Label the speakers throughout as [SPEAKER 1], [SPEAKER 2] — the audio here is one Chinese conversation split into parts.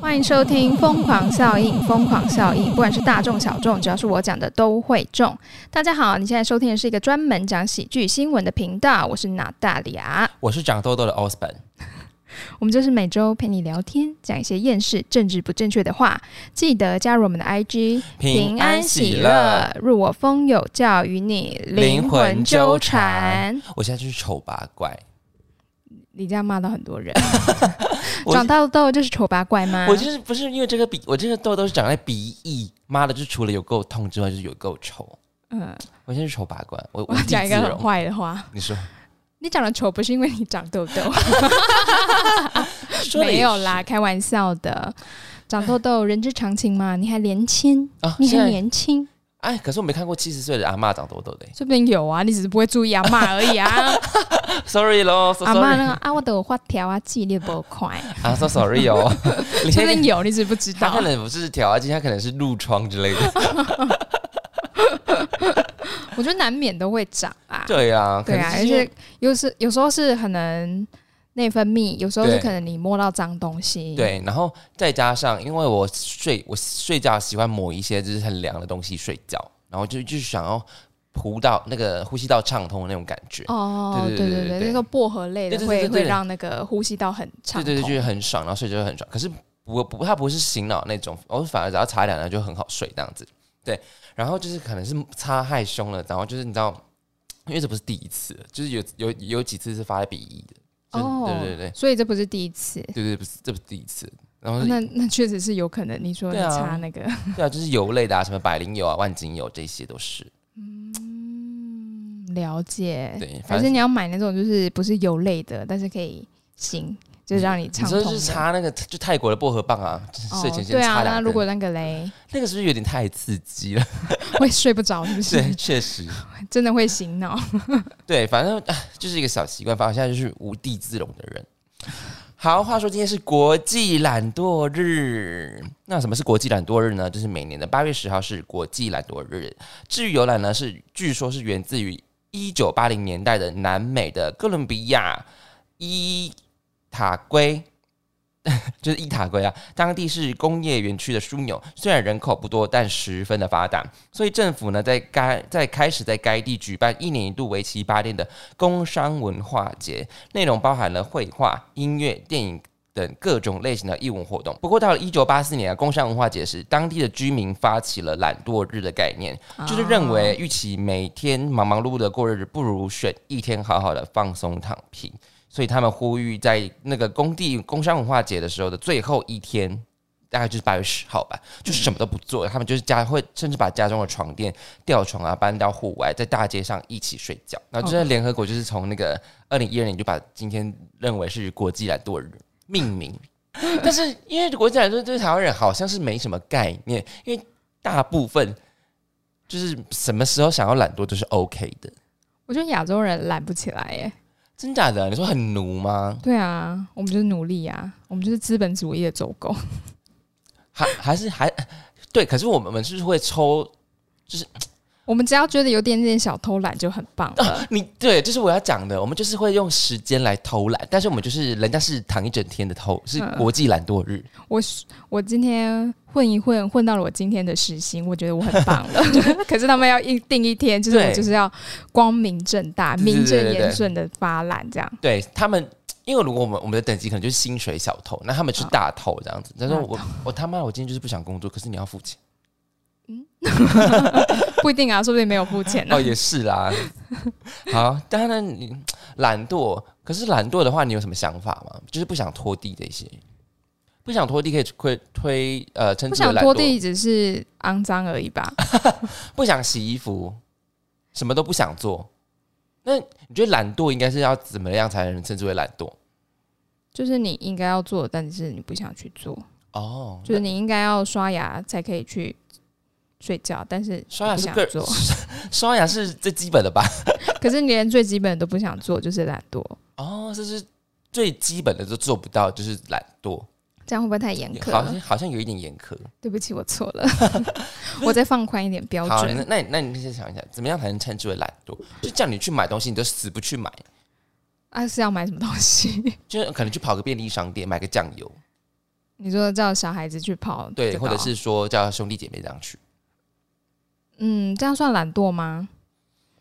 [SPEAKER 1] 欢迎收听《疯狂效应》，疯狂效应，不管是大众小众，只要是我讲的都会中。大家好，你现在收听的是一个专门讲喜剧新闻的频道，我是娜大利亚，
[SPEAKER 2] 我是长痘痘的 Osborn。
[SPEAKER 1] 我们就是每周陪你聊天，讲一些厌世、政治不正确的话。记得加入我们的 IG，
[SPEAKER 2] 平安喜乐，
[SPEAKER 1] 入我风有教，与你
[SPEAKER 2] 灵魂纠缠
[SPEAKER 1] 灵魂 纠缠。
[SPEAKER 2] 我现在就是丑八怪，
[SPEAKER 1] 你这样骂到很多人，
[SPEAKER 2] 我
[SPEAKER 1] 长痘痘就是丑八怪吗？
[SPEAKER 2] 我就是不是因为这个鼻，我这个痘痘是长在鼻翼，妈的，就除了有够痛之外，就是有够丑。
[SPEAKER 1] 嗯，
[SPEAKER 2] 我现在是丑八怪，我
[SPEAKER 1] 我
[SPEAKER 2] 我
[SPEAKER 1] 要
[SPEAKER 2] 自
[SPEAKER 1] 讲一个
[SPEAKER 2] 自
[SPEAKER 1] 很
[SPEAKER 2] 容
[SPEAKER 1] 坏的话，
[SPEAKER 2] 你说
[SPEAKER 1] 你长得丑不是因为你长痘痘。
[SPEAKER 2] 说得也
[SPEAKER 1] 没有
[SPEAKER 2] 是
[SPEAKER 1] 啦，开玩笑的。长痘痘，人之常情嘛，你还年轻，
[SPEAKER 2] 啊？
[SPEAKER 1] 你
[SPEAKER 2] 现
[SPEAKER 1] 还
[SPEAKER 2] 在
[SPEAKER 1] 年轻，
[SPEAKER 2] 哎，可是我没看过七十岁的阿嬷长痘痘的欸、
[SPEAKER 1] 说不定有啊，你只是不会注意阿妈而已啊。
[SPEAKER 2] s o r r y 咯 ，so
[SPEAKER 1] 阿妈
[SPEAKER 2] sorry
[SPEAKER 1] 那个啊，我都有发条啊，记忆力不快，
[SPEAKER 2] 啊，so sorry 哦，你
[SPEAKER 1] 说不
[SPEAKER 2] 先
[SPEAKER 1] 定有，你 只是不知
[SPEAKER 2] 他
[SPEAKER 1] 道
[SPEAKER 2] 可。能不是调啊，今天可能是褥疮之 类的。
[SPEAKER 1] 我觉得难免都会长啊，
[SPEAKER 2] 对啊，
[SPEAKER 1] 对
[SPEAKER 2] 可
[SPEAKER 1] 啊，
[SPEAKER 2] 能
[SPEAKER 1] 而
[SPEAKER 2] 是因为
[SPEAKER 1] 且有时有时候是可能内分泌，有时候是
[SPEAKER 2] 对
[SPEAKER 1] 可能你摸到脏东西，，
[SPEAKER 2] 对，然后再加上，因为我睡我睡觉喜欢抹一些就是很凉的东西睡觉，然后就就是想要呼到那个呼吸道畅通的那种感觉，
[SPEAKER 1] 哦，
[SPEAKER 2] 对
[SPEAKER 1] 对
[SPEAKER 2] 对
[SPEAKER 1] 对
[SPEAKER 2] 对
[SPEAKER 1] 对，
[SPEAKER 2] 对
[SPEAKER 1] 那个薄荷类的
[SPEAKER 2] 对对
[SPEAKER 1] 会
[SPEAKER 2] 对对
[SPEAKER 1] 会
[SPEAKER 2] 对
[SPEAKER 1] 让那个呼吸道很畅
[SPEAKER 2] 对
[SPEAKER 1] 通，
[SPEAKER 2] 对对，就是很爽，然后睡着就很爽。可是不不，它不是醒脑那种，我反而只要擦两下就很好睡这样子。对，然后就是可能是擦害羞了，然后就是你知道，因为这不是第一次，就是有有有几次是发在鼻翼的，就是
[SPEAKER 1] 哦，
[SPEAKER 2] 对对对
[SPEAKER 1] 所以这不是第一次，
[SPEAKER 2] 对对，不是这不是第一次。然后是
[SPEAKER 1] 哦那那确实是有可能。你说你
[SPEAKER 2] 哦对啊
[SPEAKER 1] 擦那个，
[SPEAKER 2] 对啊，就是油类的啊，什么百灵油啊、万金油这些都是。
[SPEAKER 1] 嗯，了解。
[SPEAKER 2] 对
[SPEAKER 1] 还
[SPEAKER 2] 反
[SPEAKER 1] 是
[SPEAKER 2] 正
[SPEAKER 1] 你要买那种就是不是油类的，但是可以行，就是让你
[SPEAKER 2] 嗯你
[SPEAKER 1] 畅
[SPEAKER 2] 说
[SPEAKER 1] 通
[SPEAKER 2] 就是
[SPEAKER 1] 的。
[SPEAKER 2] 擦那个就泰国的薄荷棒啊，就是
[SPEAKER 1] 哦
[SPEAKER 2] 睡前，先
[SPEAKER 1] 对啊，
[SPEAKER 2] 擦
[SPEAKER 1] 那
[SPEAKER 2] 两根。
[SPEAKER 1] 如果那个嘞，
[SPEAKER 2] 那个是不是有点太刺 激了？
[SPEAKER 1] 会睡不着，是不
[SPEAKER 2] 对，
[SPEAKER 1] 是？
[SPEAKER 2] 确实，
[SPEAKER 1] 真的会醒脑。我
[SPEAKER 2] 对，反正啊就是一个小习惯，反正我现在就是无地自容的人。好，话说今天是国际懒惰日，那什么是国际懒惰日呢？就是每年的八月十号是国际懒惰日。至于由来呢，是据说是源自于一九八零年代的南美的哥伦比亚伊塔圭， 就是伊塔圭啊，当地是工业园区的枢纽，虽然人口不多，但十分的发达。所以政府呢，在该在开始在该地举办一年一度为期八天的工商文化节，内容包含了绘画、音乐、电影。等各种类型的义务活动。不过，到了一九八四年啊，工商文化节时，当地的居民发起了懒惰日的概念， 就是认
[SPEAKER 1] 哦
[SPEAKER 2] 为与其每天忙忙碌碌的过日子，不如选一天好好的放松躺平。所以他们呼吁在那个工地工商文化节的时候的最后一天，大概就是八月十号吧，就是什么都不做，他们就是家会甚至把家中的床垫、吊床啊搬到户外，在大街上一起睡觉。然后就在联合国就是从那个二零一二年就把今天认为是国际懒惰日命名， 但是因为国际懒惰对台湾人好像是没什么概念，因为大部分。就是什么时候想要懒惰都是 OK 的，
[SPEAKER 1] 我觉得亚洲人懒不起来耶。
[SPEAKER 2] 真假的？你说很奴吗？
[SPEAKER 1] 对啊，我们就是努力啊，我们就是资本主义的走狗。
[SPEAKER 2] 还还是还对？可是我们我们是会抽，
[SPEAKER 1] 我们只要觉得有点点小偷懒就很棒了。
[SPEAKER 2] 你对，这、是我要讲的。我们就是会用时间来偷懒，但是我们就是人家是躺一整天的偷，是
[SPEAKER 1] 嗯
[SPEAKER 2] 国际懒惰日，
[SPEAKER 1] 我我今天混一混，混到了我今天的时薪，我觉得我很棒 了。 可是他们要一定一天，就是我
[SPEAKER 2] 对
[SPEAKER 1] 就是要光明正大、
[SPEAKER 2] 对对对
[SPEAKER 1] 名正
[SPEAKER 2] 对对
[SPEAKER 1] 言顺的发懒这样。
[SPEAKER 2] 对他们。因为如果我们我们的等级可能就是薪水小偷，那他们是大偷这样子。他说
[SPEAKER 1] 嗯大
[SPEAKER 2] 我我他妈我今天就是不想工作，可是你要付钱。
[SPEAKER 1] 不一定啊，说不定没有付钱呢、
[SPEAKER 2] 哦，也是啦。 好，当然你懒惰，可是懒惰的话，你有什么想法吗？就是不想拖地这些，不想拖地可以推推呃称
[SPEAKER 1] 不
[SPEAKER 2] 之为
[SPEAKER 1] 想
[SPEAKER 2] 懒
[SPEAKER 1] 拖
[SPEAKER 2] 惰，
[SPEAKER 1] 地只是肮脏而已吧？
[SPEAKER 2] 不想洗衣服，什么都不想做。那你觉得懒惰应该是要怎么样才能称之为懒惰？
[SPEAKER 1] 就是你应该要做，但是你不想去做。
[SPEAKER 2] 哦，
[SPEAKER 1] 就是你应该要刷牙才可以去睡觉，但是
[SPEAKER 2] 刷牙
[SPEAKER 1] 不
[SPEAKER 2] 是
[SPEAKER 1] 想
[SPEAKER 2] 个
[SPEAKER 1] 做。
[SPEAKER 2] 刷牙是最基本的吧？
[SPEAKER 1] 可是你连最基本的都不想做，就是懒惰。
[SPEAKER 2] 哦，这是最基本的都做不到，就是懒惰。
[SPEAKER 1] 这样会不会太严苛
[SPEAKER 2] 好
[SPEAKER 1] 了
[SPEAKER 2] 像？好像有一点严苛。
[SPEAKER 1] 对不起，我错 了， 我再放宽一点标
[SPEAKER 2] 好，那
[SPEAKER 1] 准。
[SPEAKER 2] 那你那你先想一下，怎么样才能称之为懒惰？就叫你去买东西，你都死不去买，
[SPEAKER 1] 啊，是要买什么东西？
[SPEAKER 2] 就是可能去跑个便利商店买个酱油，
[SPEAKER 1] 你说叫小孩子去跑这个哦，
[SPEAKER 2] 对，或者是说叫兄弟姐妹这样去，
[SPEAKER 1] 嗯，这样算懒惰吗？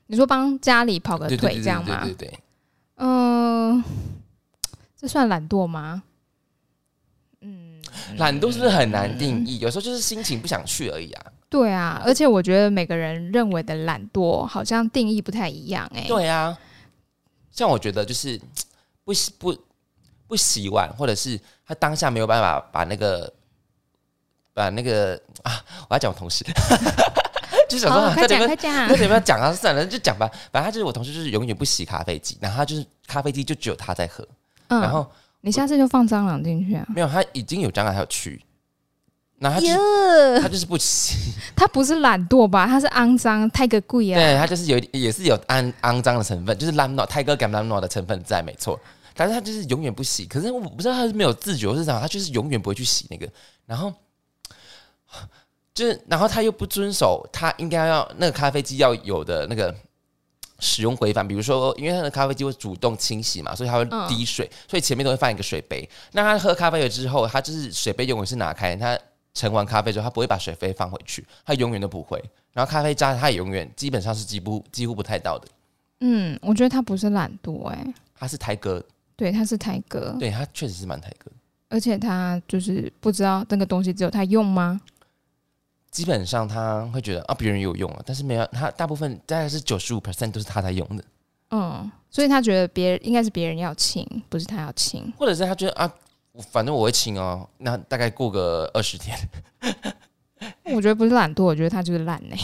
[SPEAKER 1] 你说帮家里跑个
[SPEAKER 2] 对对
[SPEAKER 1] 腿
[SPEAKER 2] 对
[SPEAKER 1] 这样
[SPEAKER 2] 对
[SPEAKER 1] 吗
[SPEAKER 2] 对？对对，
[SPEAKER 1] 嗯、这算懒惰吗？嗯，
[SPEAKER 2] 懒惰是不是很难定义？有时候就是心情不想去而已啊。
[SPEAKER 1] 对啊，而且我觉得每个人认为的懒惰好像定义不太一样哎、
[SPEAKER 2] 对啊，像我觉得就是嘖不洗不不洗碗，或者是他当下没有办法把那个把那个啊，我要讲我同事， 就想说
[SPEAKER 1] 好，
[SPEAKER 2] 啊
[SPEAKER 1] 哦快
[SPEAKER 2] 在
[SPEAKER 1] 讲
[SPEAKER 2] 里
[SPEAKER 1] 快
[SPEAKER 2] 面。
[SPEAKER 1] 讲
[SPEAKER 2] 那，你们要讲啊，算了，就讲吧。反正他就是我同事，就是永远不洗咖啡机，然后他就是咖啡机就只有他在喝，
[SPEAKER 1] 嗯，
[SPEAKER 2] 然后
[SPEAKER 1] 你下次就放蟑螂进去啊。
[SPEAKER 2] 没有他已经有蟑螂，还有蛆，然后他就是、
[SPEAKER 1] 耶，
[SPEAKER 2] 他就是不洗，
[SPEAKER 1] 他不是懒惰吧？他是肮脏，太个贵啊！
[SPEAKER 2] 对，它就是有一也是有肮肮脏的成分，就是 lamno 泰戈感 lamno 的成分在，没错。但是它就是永远不洗，可是我不知道它是没有自觉，是啥，它就是永远不会去洗那个。然后就是，然后他又不遵守他应该要那个咖啡机要有的那个使用规范，比如说，因为他的咖啡机会主动清洗嘛，所以它
[SPEAKER 1] 嗯
[SPEAKER 2] 会滴水，所以前面都会放一个水杯。那他喝咖啡了之后，他就是水杯永远是拿开，他盛完咖啡之后，他不会把水杯放回去，他永远都不会。然后咖啡渣他也永远基本上是几乎几乎不太到的，
[SPEAKER 1] 嗯，我觉得他不是懒惰、哎，
[SPEAKER 2] 他是台哥，
[SPEAKER 1] 对，他是台哥，
[SPEAKER 2] 对他确实是蛮台哥的。
[SPEAKER 1] 而且他就是不知道那个东西只有他用吗？
[SPEAKER 2] 基本上他会觉得啊，别人有用啊，但是没有他大部分大概是九十五 percent 都是他在用的，
[SPEAKER 1] 嗯，所以他觉得别人应该是别人要请，不是他要请。
[SPEAKER 2] 或者是他觉得啊，我反正我会请哦，那大概过个二十天，嗯
[SPEAKER 1] 我觉得不是懒惰，我觉得他就是懒哎、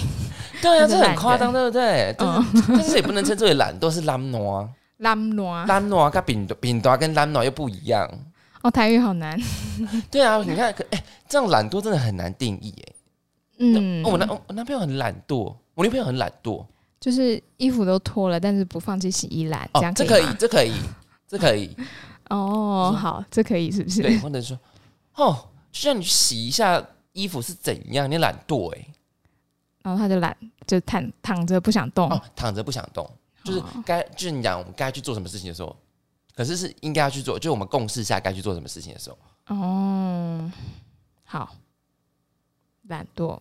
[SPEAKER 2] 对啊，
[SPEAKER 1] 就是
[SPEAKER 2] 这
[SPEAKER 1] 懒
[SPEAKER 2] 很夸张，对不对？但是、但是也不能称之为懒惰，是懒惰啊，
[SPEAKER 1] 懒惰
[SPEAKER 2] 懒惰啊跟饼饼惰跟懒惰又不一样。
[SPEAKER 1] 哦，台语好难。
[SPEAKER 2] 对啊，你看，可哎、这样懒惰真的很难定义哎、
[SPEAKER 1] 嗯，
[SPEAKER 2] 哦我男、哦我男朋友很懒惰，我女朋友很懒惰，
[SPEAKER 1] 就是衣服都脱了，但是不放进洗衣篮，这
[SPEAKER 2] 哦
[SPEAKER 1] 样，
[SPEAKER 2] 这
[SPEAKER 1] 可
[SPEAKER 2] 可
[SPEAKER 1] 以
[SPEAKER 2] 以
[SPEAKER 1] 吗，
[SPEAKER 2] 这可以，这可 以，
[SPEAKER 1] 哦，好，这可以是不是？
[SPEAKER 2] 对，或者说，哦，需要你去洗一下衣服是怎样？你懒惰哎、
[SPEAKER 1] 然后他就懒，就躺躺着不想动。
[SPEAKER 2] 哦，躺着不想动，就是
[SPEAKER 1] 哦
[SPEAKER 2] 该就是你讲我们该去做什么事情的时候，可是是应该要去做，就是我们共识下该去做什么事情的时候，
[SPEAKER 1] 哦，好，懒 惰。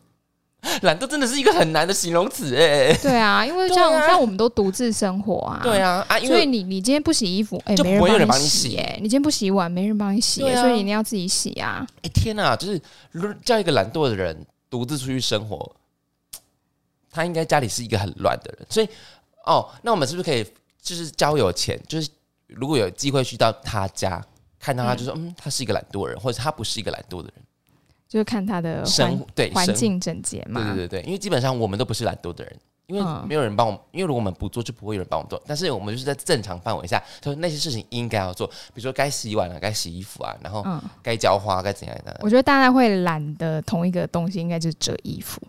[SPEAKER 2] 懒惰真的是一个很难的形容词哎、
[SPEAKER 1] 对啊，因为
[SPEAKER 2] 对
[SPEAKER 1] 像、
[SPEAKER 2] 啊
[SPEAKER 1] 像我们都独自生活啊，
[SPEAKER 2] 对啊啊，因
[SPEAKER 1] 所以
[SPEAKER 2] 为
[SPEAKER 1] 你你今天不洗衣服，哎、
[SPEAKER 2] 就
[SPEAKER 1] 没人
[SPEAKER 2] 不会有人
[SPEAKER 1] 帮
[SPEAKER 2] 帮你洗
[SPEAKER 1] 洗、哎，你今天不洗碗，没人帮你洗、哎
[SPEAKER 2] 对啊
[SPEAKER 1] 所以你一定要自己洗啊。
[SPEAKER 2] 哎、天哪、就是如果叫一个懒惰的人独自出去生活，他应该家里是一个很乱的人，所以哦，那我们是不是可以就是交友前，就是如果有机会去到他家。看到他就说，嗯，他是一个懒惰人，或者他不是一个懒惰的人，
[SPEAKER 1] 就是看他的
[SPEAKER 2] 生
[SPEAKER 1] 呃环
[SPEAKER 2] 对
[SPEAKER 1] 环
[SPEAKER 2] 生
[SPEAKER 1] 境整洁嘛。
[SPEAKER 2] 对对对对，因为基本上我们都不是懒惰的人，因为
[SPEAKER 1] 嗯
[SPEAKER 2] 没有人帮我们，因为如果我们不做，就不会有人帮我们做。但是我们就是在正常范围下，所以那些事情应该要做，比如说该洗碗啊，该洗衣服啊，然后
[SPEAKER 1] 嗯，
[SPEAKER 2] 该浇花，该怎样的。
[SPEAKER 1] 我觉得大家会懒得同一个东西，应该就是折衣服。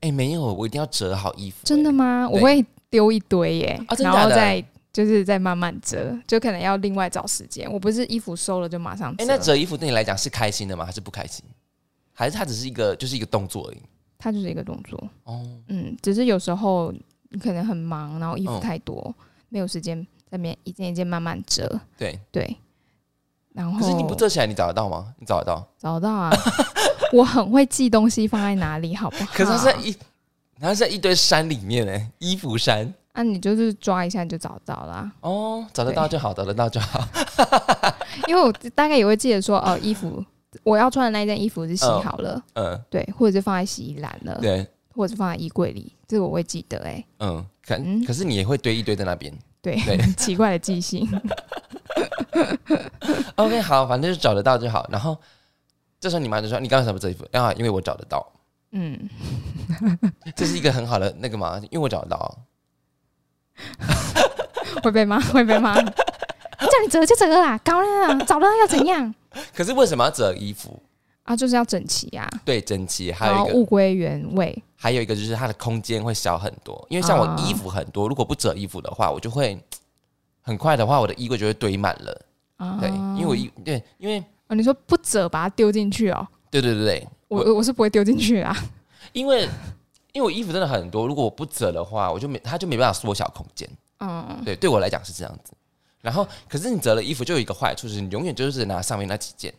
[SPEAKER 2] 哎、没有，我一定要折好衣服、
[SPEAKER 1] 真的
[SPEAKER 2] 哎？
[SPEAKER 1] 吗？我
[SPEAKER 2] 对
[SPEAKER 1] 会丢一堆耶、
[SPEAKER 2] 啊真
[SPEAKER 1] 然
[SPEAKER 2] 的假
[SPEAKER 1] 后
[SPEAKER 2] 的
[SPEAKER 1] 再就是再慢慢折，就可能要另外找时间。我不是衣服收了就马上折，
[SPEAKER 2] 哎、那折衣服对你来讲是开心的吗？还是不开心？还是它只是一个就是一个动作而已？
[SPEAKER 1] 它就是一个动作。
[SPEAKER 2] 哦，
[SPEAKER 1] 嗯，只是有时候你可能很忙，然后衣服
[SPEAKER 2] 嗯
[SPEAKER 1] 太多，没有时间在那边一件一件慢慢折。
[SPEAKER 2] 对。
[SPEAKER 1] 对，然后
[SPEAKER 2] 可是你不折起来，你找得到吗？你找得到？
[SPEAKER 1] 找到啊， 我很会记东西放在哪里，好不好？
[SPEAKER 2] 可是它是在一，啊它是在一堆山里面哎、衣服山。
[SPEAKER 1] 啊，你就是抓一下你就找到啦、
[SPEAKER 2] 哦，找得到就好，找得到就好。
[SPEAKER 1] 因为我大概也会记得说，哦，衣服我要穿的那件衣服是洗好了，
[SPEAKER 2] 嗯，
[SPEAKER 1] 对，或者是放在洗衣篮了，
[SPEAKER 2] 对。
[SPEAKER 1] 或者是放在衣柜里，这个我会记得、欸。哎，
[SPEAKER 2] 嗯，可
[SPEAKER 1] 嗯
[SPEAKER 2] 可是你也会堆一堆在那边。
[SPEAKER 1] 对，
[SPEAKER 2] 对
[SPEAKER 1] 很奇怪的记性。
[SPEAKER 2] OK，好，反正就找得到就好。然后这时候你妈就说：“你刚刚什么这衣服？”啊，因为我找得 到，
[SPEAKER 1] 嗯，
[SPEAKER 2] 这是一个很好的那个嘛，因为我找得到。
[SPEAKER 1] 会被骂，会被骂。叫你折就折啦，高了啦，找了又怎样？
[SPEAKER 2] 可是为什么要折衣服？
[SPEAKER 1] 啊，就是要整齐啊，
[SPEAKER 2] 对，整齐。还
[SPEAKER 1] 然
[SPEAKER 2] 有
[SPEAKER 1] 后
[SPEAKER 2] 一个，
[SPEAKER 1] 物归原位。
[SPEAKER 2] 还有一个就是它的空间会小很多，因为像我
[SPEAKER 1] 啊
[SPEAKER 2] 衣服很多，如果不折衣服的话，我就会很快的话，我的衣柜就会堆满了。
[SPEAKER 1] 啊
[SPEAKER 2] 对，因为我衣对，因为
[SPEAKER 1] 哦，你说不折把它丢进去哦，
[SPEAKER 2] 对对对对，
[SPEAKER 1] 我我是不会丢进去啊。
[SPEAKER 2] 因为因为我衣服真的很多，如果我不折的话，我就没它就没办法缩小空间。
[SPEAKER 1] 嗯，
[SPEAKER 2] 对，对我来讲是这样子。然后，可是你折了衣服就有一个坏处，就是你永远就是只拿上面那几件，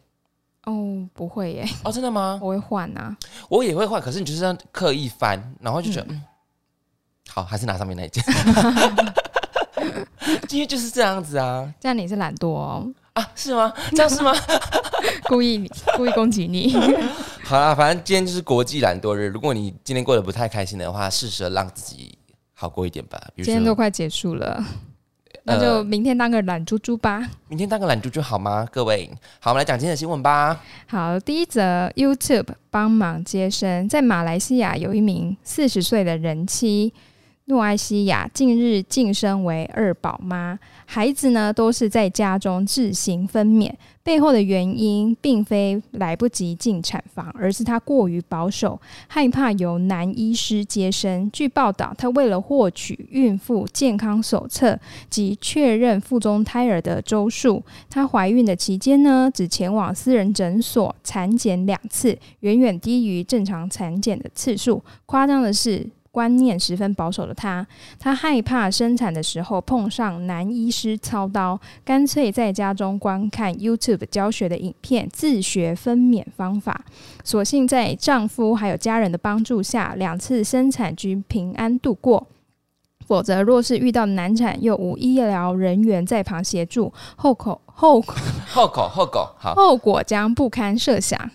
[SPEAKER 1] 哦，不会耶，
[SPEAKER 2] 哦，真的吗？
[SPEAKER 1] 我会换啊。
[SPEAKER 2] 我也会换，可是你就是要刻意翻，然后就觉得，嗯，好，还是拿上面那一件， 因为就是这样子啊
[SPEAKER 1] 这样你是懒惰哦，
[SPEAKER 2] 啊，是吗？这样是吗？
[SPEAKER 1] 故意你故意攻击你。
[SPEAKER 2] 好啦，反正今天就是国际懒惰日，如果你今天过得不太开心的话，适时地让自己好过一点吧，比
[SPEAKER 1] 今天
[SPEAKER 2] 如
[SPEAKER 1] 都
[SPEAKER 2] 说
[SPEAKER 1] 快结束了，那就明天当个懒猪猪吧。
[SPEAKER 2] 明天当个懒猪猪好吗？各位，好，我们来讲今天的新闻吧。
[SPEAKER 1] 好，第一则 YouTube 帮忙接生，在马来西亚有一名四十岁的人妻诺埃西亚，近日晋升为二宝妈，孩子呢都是在家中自行分娩。背后的原因并非来不及进产房，而是她过于保守，害怕由男医师接生。据报道，她为了获取孕妇健康手册及确认腹中胎儿的周数，她怀孕的期间呢，只前往私人诊所产检两次，远远低于正常产检的次数。夸张的是，观念十分保守的她，她害怕生产的时候碰上男医师操刀，干脆在家中观看 YouTube 教学的影片，自学分娩方法。所幸在丈夫还有家人的帮助下，两次生产均平安度过。否则，若是遇到难产又无医疗人员在旁协助，后口后
[SPEAKER 2] 后狗，后狗，好，
[SPEAKER 1] 后果将不堪设想。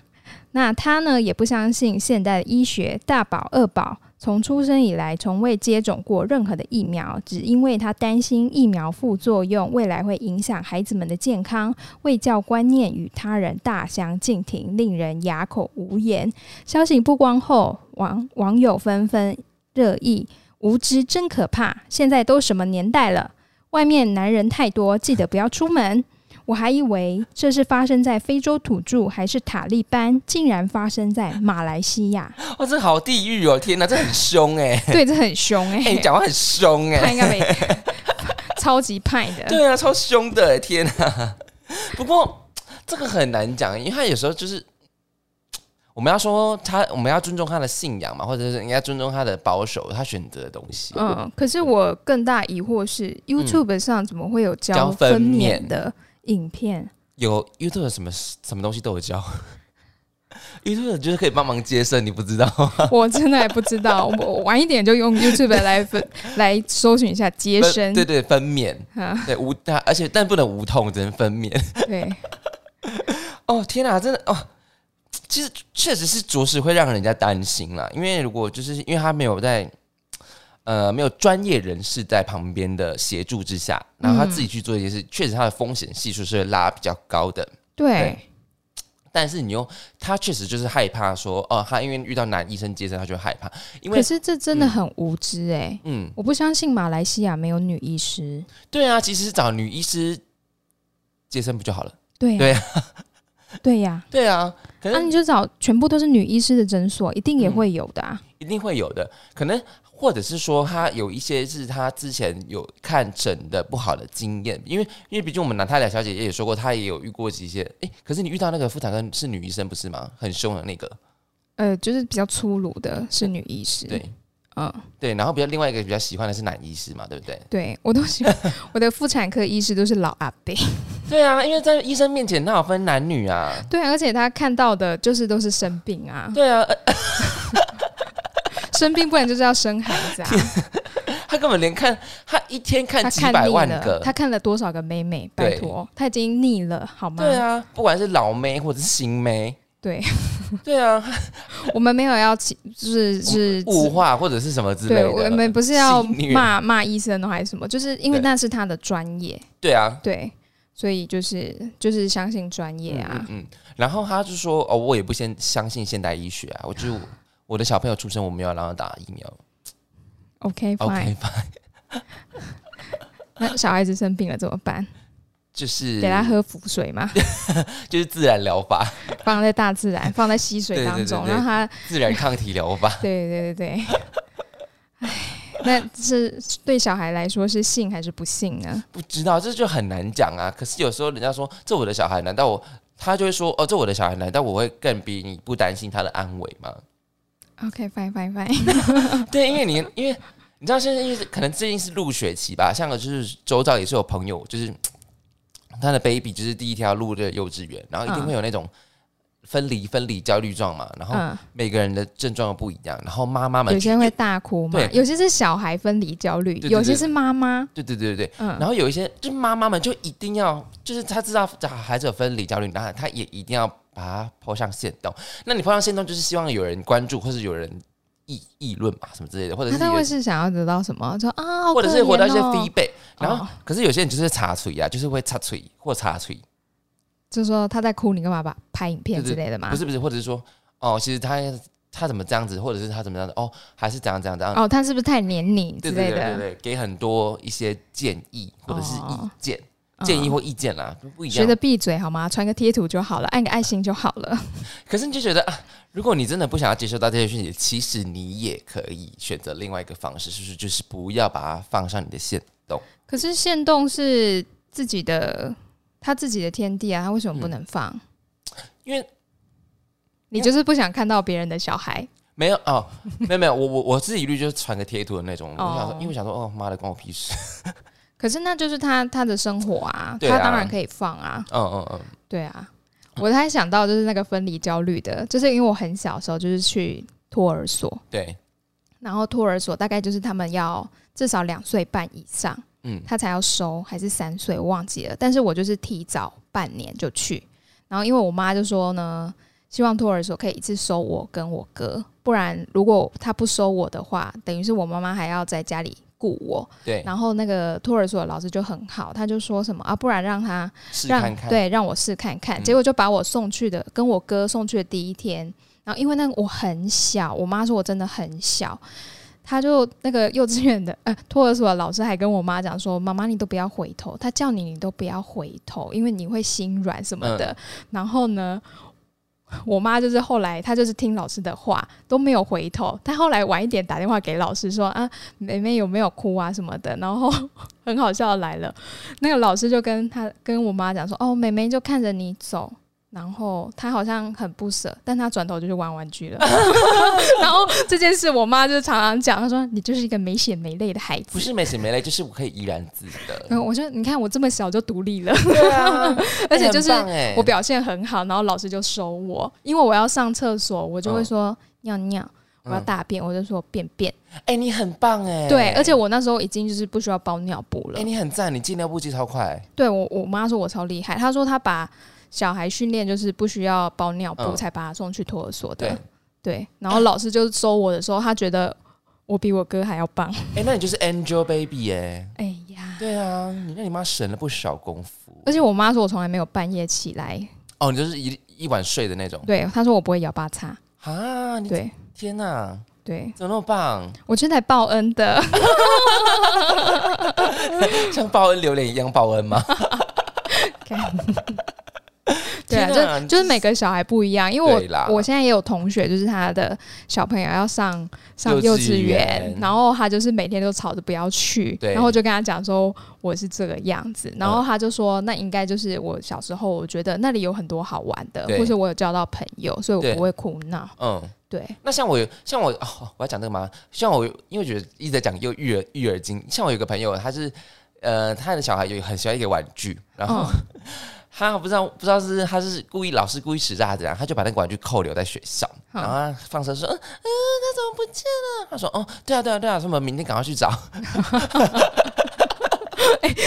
[SPEAKER 1] 那他呢，也不相信现代的医学，大宝、二宝从出生以来从未接种过任何的疫苗，只因为他担心疫苗副作用未来会影响孩子们的健康，卫教观念与他人大相径庭，令人哑口无言。消息曝光后，网网友纷纷热议：无知真可怕！现在都什么年代了，外面男人太多，记得不要出门。我还以为这是发生在非洲土著还是塔利班，竟然发生在马来西 亚。
[SPEAKER 2] 哇，这好地狱哦！天哪，这很凶哎、
[SPEAKER 1] 对，这很凶哎、
[SPEAKER 2] 哎、你讲话很凶哎、
[SPEAKER 1] 他应该没 超级派的。
[SPEAKER 2] 对啊，超凶的，天啊！不过这个很难讲，因为他有时候就是我们要说他，我们要尊重他的信仰嘛，或者是应该尊重他的保守，他选择的东西。
[SPEAKER 1] 嗯，可是我更大疑惑是，YouTube 上怎么会有教
[SPEAKER 2] 教分
[SPEAKER 1] 分
[SPEAKER 2] 娩
[SPEAKER 1] 娩的影片？
[SPEAKER 2] 有 YouTube 什么什么东西都有教 ，YouTube 就是可以帮忙接生，你不知道 吗？
[SPEAKER 1] 我真的还不知道，我我晚一点就用 YouTube 来 分来搜寻一下接生
[SPEAKER 2] 分。 对对，分娩，
[SPEAKER 1] 啊，
[SPEAKER 2] 对无，它而且但不能无痛，只能分娩。
[SPEAKER 1] 对，
[SPEAKER 2] 哦天啊，真的哦，其实确实是着实会让人家担心啦，因为如果就是因为他没有在。呃，没有专业人士在旁边的协助之下，然后他
[SPEAKER 1] 嗯
[SPEAKER 2] 自己去做一些事，确、实他的风险系数是会拉比较高的。
[SPEAKER 1] 对，
[SPEAKER 2] 但是你又，他确实就是害怕说，哦，他因为遇到男医生接生，他就会害怕，因
[SPEAKER 1] 可
[SPEAKER 2] 为，
[SPEAKER 1] 是这真的很无知哎、
[SPEAKER 2] 嗯，
[SPEAKER 1] 我不相信马来西亚没有女医师。
[SPEAKER 2] 对啊，其实找女医师接生不就好了？
[SPEAKER 1] 对
[SPEAKER 2] 对
[SPEAKER 1] 呀、 对呀、
[SPEAKER 2] 对啊，可
[SPEAKER 1] 那、
[SPEAKER 2] 能
[SPEAKER 1] 你就找全部都是女医师的诊所，一定
[SPEAKER 2] 嗯
[SPEAKER 1] 也会有的啊。
[SPEAKER 2] 一定会有的，可能或者是说他有一些是他之前有看诊的不好的经验，因为因为毕竟我们娜塔莉亚小姐姐也说过，她也有遇过一些，诶，可是你遇到那个妇产科是女医生不是吗？很凶的那个，
[SPEAKER 1] 呃，就是比较粗鲁的是女医师。
[SPEAKER 2] 对
[SPEAKER 1] 嗯，
[SPEAKER 2] 对，然后比较另外一个比较喜欢的是男医师嘛，对不对？
[SPEAKER 1] 对我都喜欢 我的妇产科医师都是老阿伯。
[SPEAKER 2] 对啊，因为在医生面前那有分男女啊，
[SPEAKER 1] 对，而且他看到的就是都是生病啊，
[SPEAKER 2] 对啊，呃
[SPEAKER 1] 生病不然就是要生孩子啊。
[SPEAKER 2] 他根本连看他一天 看
[SPEAKER 1] 他
[SPEAKER 2] 几
[SPEAKER 1] 看
[SPEAKER 2] 百
[SPEAKER 1] 腻
[SPEAKER 2] 万
[SPEAKER 1] 了，
[SPEAKER 2] 个，
[SPEAKER 1] 他看了多少个妹妹？拜
[SPEAKER 2] 对
[SPEAKER 1] 托，他已经腻了好吗？
[SPEAKER 2] 对啊，不管是老妹或者是新妹，
[SPEAKER 1] 对
[SPEAKER 2] 对啊，
[SPEAKER 1] 我们没有要起，就是 是
[SPEAKER 2] 物化或者是什么之类
[SPEAKER 1] 对，
[SPEAKER 2] 的，
[SPEAKER 1] 我们不是 要
[SPEAKER 2] 戏虐
[SPEAKER 1] 骂骂医生哦，还是什么？就是因为
[SPEAKER 2] 对
[SPEAKER 1] 那是他的专业，
[SPEAKER 2] 对啊，
[SPEAKER 1] 对，所以就是就是相信专业啊。
[SPEAKER 2] 嗯，嗯然后他就说：“哦，我也不先相信现代医学啊，我就我的小朋友出生，我没有让他打疫苗。
[SPEAKER 1] OK fine，
[SPEAKER 2] OK，吧
[SPEAKER 1] 那小孩子生病了怎么办？
[SPEAKER 2] 就是
[SPEAKER 1] 给他喝符水 嘛，
[SPEAKER 2] 就是自然疗法、
[SPEAKER 1] 放在大自然，放在溪水
[SPEAKER 2] 对对
[SPEAKER 1] 当
[SPEAKER 2] 对
[SPEAKER 1] 中，
[SPEAKER 2] 对
[SPEAKER 1] 让他。
[SPEAKER 2] 自然抗体疗法
[SPEAKER 1] 对对对对。唉，那是对小孩来说是信还是不信呢？
[SPEAKER 2] 不知道这就很难讲啊。可是有时候人家说这我的小孩，难道我他就会说哦，这我的小孩，难道我会更比你不担心他的安危吗？
[SPEAKER 1] OK fine fine fine，
[SPEAKER 2] 对，因为你因为你知道现在因为可能最近是入学期吧，像我就是周遭也是有朋友，就是他的 baby 就是第一天要入这个幼稚园，然后一定会有那种、分离分离焦虑状嘛，然后
[SPEAKER 1] 嗯，
[SPEAKER 2] 每个人的症状又不一样，然后妈妈们
[SPEAKER 1] 有些会大哭嘛，
[SPEAKER 2] 对
[SPEAKER 1] 有些是小孩分离焦虑，
[SPEAKER 2] 对对
[SPEAKER 1] 有些是妈妈，
[SPEAKER 2] 对对对对对，
[SPEAKER 1] 嗯
[SPEAKER 2] 然后有一些就是妈妈们就一定要，就是她知道孩子有分离焦虑，然后她也一定要把它抛上线动。那你抛上线动，就是希望有人关注，或是有人议议论嘛，什么之类的，或者
[SPEAKER 1] 他
[SPEAKER 2] 是
[SPEAKER 1] 他会
[SPEAKER 2] 有
[SPEAKER 1] 是想要得到什么？说啊，好
[SPEAKER 2] 或者是
[SPEAKER 1] 可
[SPEAKER 2] 获
[SPEAKER 1] 怜
[SPEAKER 2] 得一些
[SPEAKER 1] 哦
[SPEAKER 2] feedback。然后
[SPEAKER 1] 哦，
[SPEAKER 2] 可是有些人就是插嘴啊，就是会插嘴或插嘴，
[SPEAKER 1] 就说他在哭，你干嘛把拍影片
[SPEAKER 2] 对
[SPEAKER 1] 之
[SPEAKER 2] 对
[SPEAKER 1] 类的嘛？
[SPEAKER 2] 不是不是，或者是说哦，其实他他怎么这样子，或者是他怎么样子，哦，还是怎样怎样怎样。
[SPEAKER 1] 哦，他是不是太黏你之
[SPEAKER 2] 对
[SPEAKER 1] 类
[SPEAKER 2] 对
[SPEAKER 1] 的？
[SPEAKER 2] 对对对，给很多一些建议或者是意
[SPEAKER 1] 哦
[SPEAKER 2] 见、
[SPEAKER 1] 嗯
[SPEAKER 2] 建议或意见啦，不一样
[SPEAKER 1] 学。着闭嘴好吗？传个贴图就好了，按个爱心就好了。
[SPEAKER 2] 可是你就觉得啊，如果你真的不想要接受到这些讯息，其实你也可以选择另外一个方式，是不是？就是不要把它放上你的线。
[SPEAKER 1] 可是限动是自己的，他自己的天地啊，他为什么不
[SPEAKER 2] 嗯
[SPEAKER 1] 能放？
[SPEAKER 2] 因为
[SPEAKER 1] 你就是不想看到别人的小孩，
[SPEAKER 2] 没有哦， 没有没有，我我我自己一律就是传个贴图的那种。
[SPEAKER 1] 哦
[SPEAKER 2] 我想说，因为我想说，哦妈的，关我屁事。
[SPEAKER 1] 可是那就是他他的生活啊，
[SPEAKER 2] 对
[SPEAKER 1] 他
[SPEAKER 2] 啊
[SPEAKER 1] 当然可以放啊，
[SPEAKER 2] 嗯嗯嗯，
[SPEAKER 1] 对啊。我才想到就是那个分离焦虑的，就是因为我很小的时候就是去托儿所，
[SPEAKER 2] 对，
[SPEAKER 1] 然后托儿所大概就是他们要至少两岁半以上，
[SPEAKER 2] 嗯
[SPEAKER 1] 他才要收，还是三岁，我忘记了。但是我就是提早半年就去，然后因为我妈就说呢，希望托儿所可以一次收我跟我哥，不然如果他不收我的话，等于是我妈妈还要在家里顾我。
[SPEAKER 2] 对，
[SPEAKER 1] 然后那个托儿所的老师就很好，他就说什么啊，不然让他
[SPEAKER 2] 试
[SPEAKER 1] 让
[SPEAKER 2] 看看。，
[SPEAKER 1] 对，让我试看看。
[SPEAKER 2] 嗯
[SPEAKER 1] 结果就把我送去的，跟我哥送去的第一天，然后因为那个我很小，我妈说我真的很小，她就那个幼稚园的呃托儿所的老师还跟我妈讲说，妈妈你都不要回头，她叫你你都不要回头，因为你会心软什么的。
[SPEAKER 2] 嗯
[SPEAKER 1] 然后呢？我妈就是后来，她就是听老师的话都没有回头。她后来晚一点打电话给老师说啊，妹妹有没有哭啊什么的。然后很好笑的来了，那个老师就跟他跟我妈讲说：“哦，妹妹就看着你走。”然后她好像很不舍，但她转头就去玩玩 具了。 然后这件事，我妈就常常讲，她说：“你就是一个没血没泪的孩子
[SPEAKER 2] 不。是没血没泪，就是我可以怡然自”
[SPEAKER 1] 然
[SPEAKER 2] 得。
[SPEAKER 1] 后我说：“你看我这么小就独立 了，
[SPEAKER 2] 对啊，
[SPEAKER 1] 嗯而且就是
[SPEAKER 2] 哎很棒哎
[SPEAKER 1] 我表现很好，然后老师就收我，因为我要上厕所，我就会说尿尿，我要
[SPEAKER 2] 哦嗯
[SPEAKER 1] 大便，我就说便便。
[SPEAKER 2] 哎，你很棒哎。
[SPEAKER 1] 对，而且我那时候已经就是不需要包尿布了
[SPEAKER 2] 哎，。你很赞，你进尿布机超快。
[SPEAKER 1] 对我我妈说我超厉害，她说她把小孩训练就是不需要包尿布
[SPEAKER 2] 嗯
[SPEAKER 1] 才把他送去托儿所的。
[SPEAKER 2] 对，
[SPEAKER 1] 对，然后老师就收我的时候，她觉得我比我哥还要棒。
[SPEAKER 2] 哎，那你就是 Angel Baby 哎。
[SPEAKER 1] 哎呀，
[SPEAKER 2] 对啊，你让你妈省了不少功夫。
[SPEAKER 1] 而且我妈说我从来没有半夜起来，
[SPEAKER 2] 哦，你就是一一晚睡的那种
[SPEAKER 1] 对，她说我不会摇八叉。
[SPEAKER 2] 啊！你
[SPEAKER 1] 对
[SPEAKER 2] 天哪、
[SPEAKER 1] 对，
[SPEAKER 2] 怎么那么棒？
[SPEAKER 1] 我觉得来报恩的。
[SPEAKER 2] 像报恩榴莲一样报恩吗？
[SPEAKER 1] 看 对啊，
[SPEAKER 2] 天哪
[SPEAKER 1] 就就是每个小孩不一样，因为
[SPEAKER 2] 对啦
[SPEAKER 1] 我我现在也有同学，就是他的小朋友要上上
[SPEAKER 2] 幼
[SPEAKER 1] 幼
[SPEAKER 2] 稚
[SPEAKER 1] 稚园
[SPEAKER 2] 园，
[SPEAKER 1] 然后他就是每天都吵着不要去，
[SPEAKER 2] 对嗯
[SPEAKER 1] 然后我就跟他讲说我是这个样子，然后他就说那应该就是我小时候，我觉得那里有很多好玩的，
[SPEAKER 2] 对
[SPEAKER 1] 或者我有交到朋友，所以
[SPEAKER 2] 对
[SPEAKER 1] 我不会哭闹。
[SPEAKER 2] 嗯，
[SPEAKER 1] 对，
[SPEAKER 2] 那像我有像我哦，我要讲这个吗？像我因为我觉得一直在讲幼育儿育儿经，像我有个朋友，他是呃他的小孩有很喜欢一个玩具，然后、
[SPEAKER 1] 嗯
[SPEAKER 2] 他不知道不知道是他是故意老师故意使诈怎样，他就把那个玩具扣留在学校，
[SPEAKER 1] 嗯
[SPEAKER 2] 然后他放声说嗯嗯、他怎么不见了？他说哦对啊对啊对啊，说我们明天赶快去找。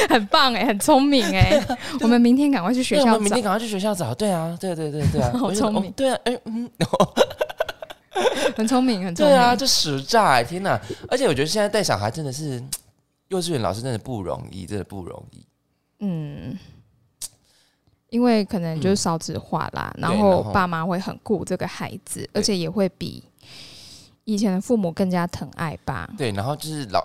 [SPEAKER 1] 很棒哎、很聪明哎、 我们明天赶快去学
[SPEAKER 2] 对，我
[SPEAKER 1] 校
[SPEAKER 2] 们明
[SPEAKER 1] 找
[SPEAKER 2] 天。赶快去学校找。对啊，对对对 对啊，
[SPEAKER 1] 好
[SPEAKER 2] 我就觉得
[SPEAKER 1] 聪明
[SPEAKER 2] 哦对啊，哎嗯，
[SPEAKER 1] 很聪明，很聪
[SPEAKER 2] 对
[SPEAKER 1] 明。
[SPEAKER 2] 啊，这实诈哎，天哪！而且我觉得现在带小孩真的是，幼稚园老师真的不容易，真的不容易。
[SPEAKER 1] 嗯，因为可能就是少子化啦，然
[SPEAKER 2] 嗯对
[SPEAKER 1] 后
[SPEAKER 2] 然后
[SPEAKER 1] 爸妈会很顾这个孩子，而且也会比以前的父母更加疼爱吧。
[SPEAKER 2] 对，然后就是老，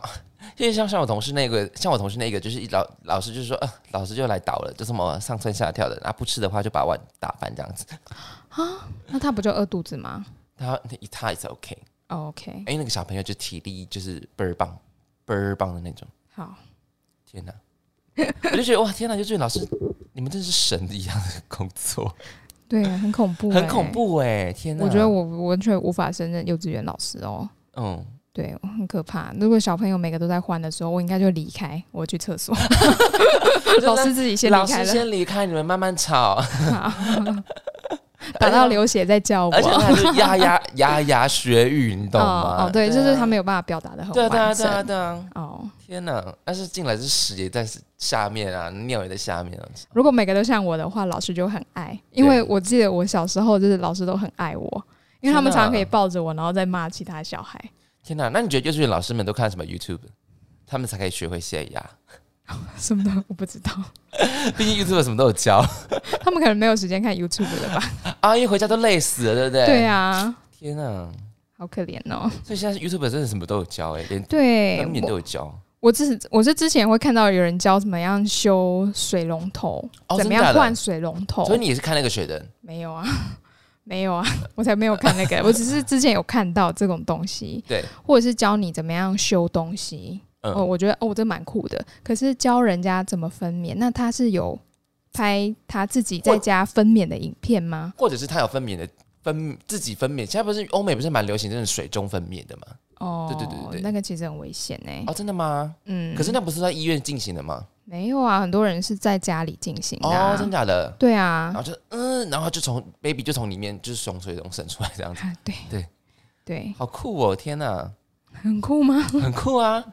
[SPEAKER 2] 因为像像我同事那个，像我同事那个，就是一老老师就是说，呃，老师就来倒了，就这么上蹿下跳的，啊然后不吃的话就把碗打翻这样子。
[SPEAKER 1] 那他不就饿肚子吗
[SPEAKER 2] 他一他也是 OK，哎
[SPEAKER 1] 哦？OK，
[SPEAKER 2] 因为那个小朋友就体力就是倍儿棒，倍儿棒的那种。
[SPEAKER 1] 好，
[SPEAKER 2] 天哪！ 我就觉得哇，天哪！幼稚园老师，你们真是神一样的工作。
[SPEAKER 1] 对，啊很恐怖、欸
[SPEAKER 2] 很恐。怖哎、天哪！
[SPEAKER 1] 我觉得我我完全无法胜任幼稚园老师哦，
[SPEAKER 2] 嗯，
[SPEAKER 1] 对，很可怕。如果小朋友每个都在换的时候，我应该就离开，我去厕 所，老师自己先离
[SPEAKER 2] 老
[SPEAKER 1] 开了。
[SPEAKER 2] 师 先离开，你们慢慢吵。
[SPEAKER 1] 好打到流血再叫我。
[SPEAKER 2] 而且他就牙牙牙牙学语，你懂
[SPEAKER 1] 哦
[SPEAKER 2] 吗？
[SPEAKER 1] 哦，对，
[SPEAKER 2] 啊
[SPEAKER 1] 就是他没有办法表达的很
[SPEAKER 2] 对啊对啊
[SPEAKER 1] 完
[SPEAKER 2] 对啊
[SPEAKER 1] 整。
[SPEAKER 2] 对啊！
[SPEAKER 1] 哦，
[SPEAKER 2] 天哪，但是进来是屎也在下面啊，尿也在下面啊。
[SPEAKER 1] 如果每个都像我的话，老师就很爱，因为我记得我小时候就是老师都很爱我，因为他们常常可以抱着我，然后再骂其他小 孩。
[SPEAKER 2] 天哪，那你觉得幼稚园老师们都看什么 YouTube，他们才可以学会卸牙？
[SPEAKER 1] 什么的我不知道，
[SPEAKER 2] 毕竟 YouTube 什么都有教
[SPEAKER 1] 他们可能没有时间看 YouTube 了吧？
[SPEAKER 2] 啊，因为回家都累死了，对 不对？
[SPEAKER 1] 对。啊，
[SPEAKER 2] 天哪，
[SPEAKER 1] 好可怜哦。
[SPEAKER 2] 所以现在 YouTube 真的什么都有教哎、连
[SPEAKER 1] 对，
[SPEAKER 2] 灯也都
[SPEAKER 1] 我
[SPEAKER 2] 有教。
[SPEAKER 1] 我之我是之前会看到有人教怎么样修水龙头，
[SPEAKER 2] 哦
[SPEAKER 1] 怎么
[SPEAKER 2] 真的假
[SPEAKER 1] 样
[SPEAKER 2] 的
[SPEAKER 1] 换水龙头，
[SPEAKER 2] 所以你也是看那个学的
[SPEAKER 1] 没有啊， 没有啊， 我才没有看那个，我只是之前有看到这种东西，
[SPEAKER 2] 对，
[SPEAKER 1] 或者是教你怎么样修东西。
[SPEAKER 2] 嗯
[SPEAKER 1] 哦，我觉得哦，这蛮酷的。可是教人家怎么分娩，那他是有拍他自己在家分娩的影片吗？
[SPEAKER 2] 或者是他有分娩的分自己分娩。现在不是欧美不是蛮流行这种水中分娩的吗？
[SPEAKER 1] 哦，
[SPEAKER 2] 对对对对对
[SPEAKER 1] 那个其实很危险呢、
[SPEAKER 2] 哦，真的吗？
[SPEAKER 1] 嗯，
[SPEAKER 2] 可是那不是在医院进行的吗？
[SPEAKER 1] 没有啊，很多人是在家里进行的、啊
[SPEAKER 2] 哦，真的假的？
[SPEAKER 1] 对
[SPEAKER 2] 然
[SPEAKER 1] 啊
[SPEAKER 2] 后，就嗯，然后就从 baby 就从里面就是从水中伸出来这样子，
[SPEAKER 1] 啊对
[SPEAKER 2] 对
[SPEAKER 1] 对，
[SPEAKER 2] 好酷哦！天哪，
[SPEAKER 1] 很酷吗？
[SPEAKER 2] 很酷啊！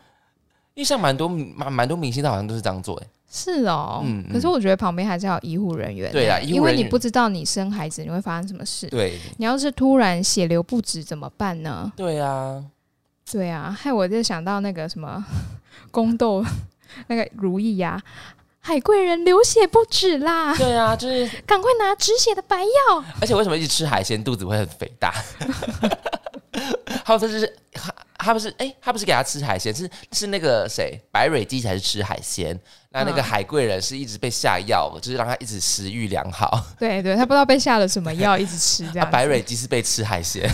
[SPEAKER 2] 因为像蛮多蛮蛮多明星，他好像都是这样做哎。
[SPEAKER 1] 是哦，
[SPEAKER 2] 嗯嗯
[SPEAKER 1] 可是我觉得旁边还是要有医护人员欸、
[SPEAKER 2] 对啊医护
[SPEAKER 1] 因为
[SPEAKER 2] 人
[SPEAKER 1] 你
[SPEAKER 2] 员
[SPEAKER 1] 不知道你生孩子你会发生什么事。
[SPEAKER 2] 对
[SPEAKER 1] 你要是突然血流不止怎么办呢？
[SPEAKER 2] 对啊，
[SPEAKER 1] 对啊，害我就想到那个什么 宫斗那个如意呀、海贵人流血不止啦，
[SPEAKER 2] 对啊，就是
[SPEAKER 1] 赶快拿止血的白药。
[SPEAKER 2] 而且为什么一直吃海鲜肚子会很肥大？ 他们就是他他不是哎、他不是给他吃海鲜，是是那个谁白蕊姬才是吃海鲜，那那个
[SPEAKER 1] 嗯
[SPEAKER 2] 海贵人是一直被下药，就是让他一直食欲良好。
[SPEAKER 1] 对对，他不知道被下了什么药，一直吃这
[SPEAKER 2] 啊
[SPEAKER 1] 样、
[SPEAKER 2] 白蕊，姬是被吃海鲜，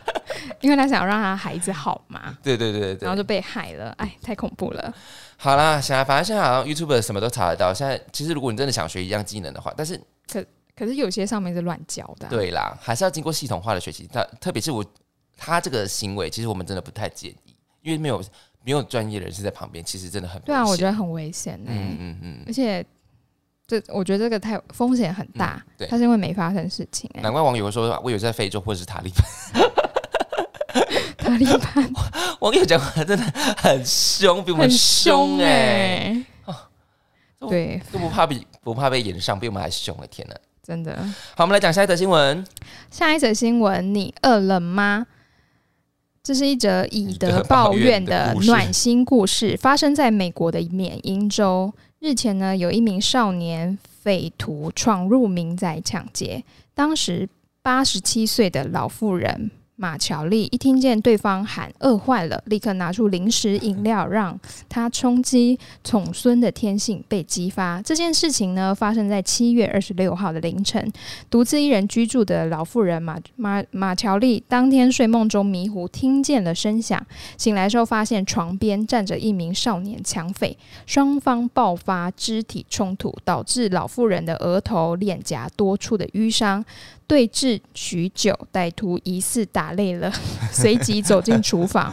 [SPEAKER 1] 因为他想让他孩子好嘛，
[SPEAKER 2] 对对对对
[SPEAKER 1] 然后
[SPEAKER 2] 对。
[SPEAKER 1] 就被害了，哎，太恐怖了。
[SPEAKER 2] 好啦，现在反正现在好像 YouTube 什么都查得到。现在其实如果你真的想学一样技能的话，但是
[SPEAKER 1] 可是有些上面是乱教的、，啊
[SPEAKER 2] 对啦，还是要经过系统化的学习。特特别是我他这个行为，其实我们真的不太建议，因为没有没有专业人士在旁边，其实真的很
[SPEAKER 1] 对啊，
[SPEAKER 2] 危
[SPEAKER 1] 我
[SPEAKER 2] 险
[SPEAKER 1] 觉得很危险哎、
[SPEAKER 2] 嗯嗯嗯，
[SPEAKER 1] 而且这我觉得这个太风险很大，
[SPEAKER 2] 对
[SPEAKER 1] 它是因为没发生事情哎、
[SPEAKER 2] 难怪网友会说我有在非洲或者是塔利班。
[SPEAKER 1] 塔利班
[SPEAKER 2] 网友讲话真的很凶，比我们
[SPEAKER 1] 很凶
[SPEAKER 2] 凶
[SPEAKER 1] 哎、
[SPEAKER 2] 哎、哦
[SPEAKER 1] 对，
[SPEAKER 2] 都不怕比不怕被演上，比我们还凶哎、天哪！
[SPEAKER 1] 真的。
[SPEAKER 2] 好，我们来讲下一则新闻。
[SPEAKER 1] 下一则新闻，你饿了吗？这是一则以德报怨的暖心故事，发生在美国的缅因州。日前呢，有一名少年匪徒闯入民宅抢劫，当时八十七岁的老妇人马乔丽一听见对方喊饿坏了，立刻拿出零食饮料让他冲击，宠孙的天性被激发。这件事情呢，发生在七月二十六号的凌晨，独自一人居住的老妇人马马马乔丽，当天睡梦中迷糊听见了声响，醒来时候发现床边站着一名少年抢匪，双方爆发肢体冲突，导致老妇人的额头、脸颊多处的淤伤。对峙许久，歹徒疑似打累了， 随即走进厨房。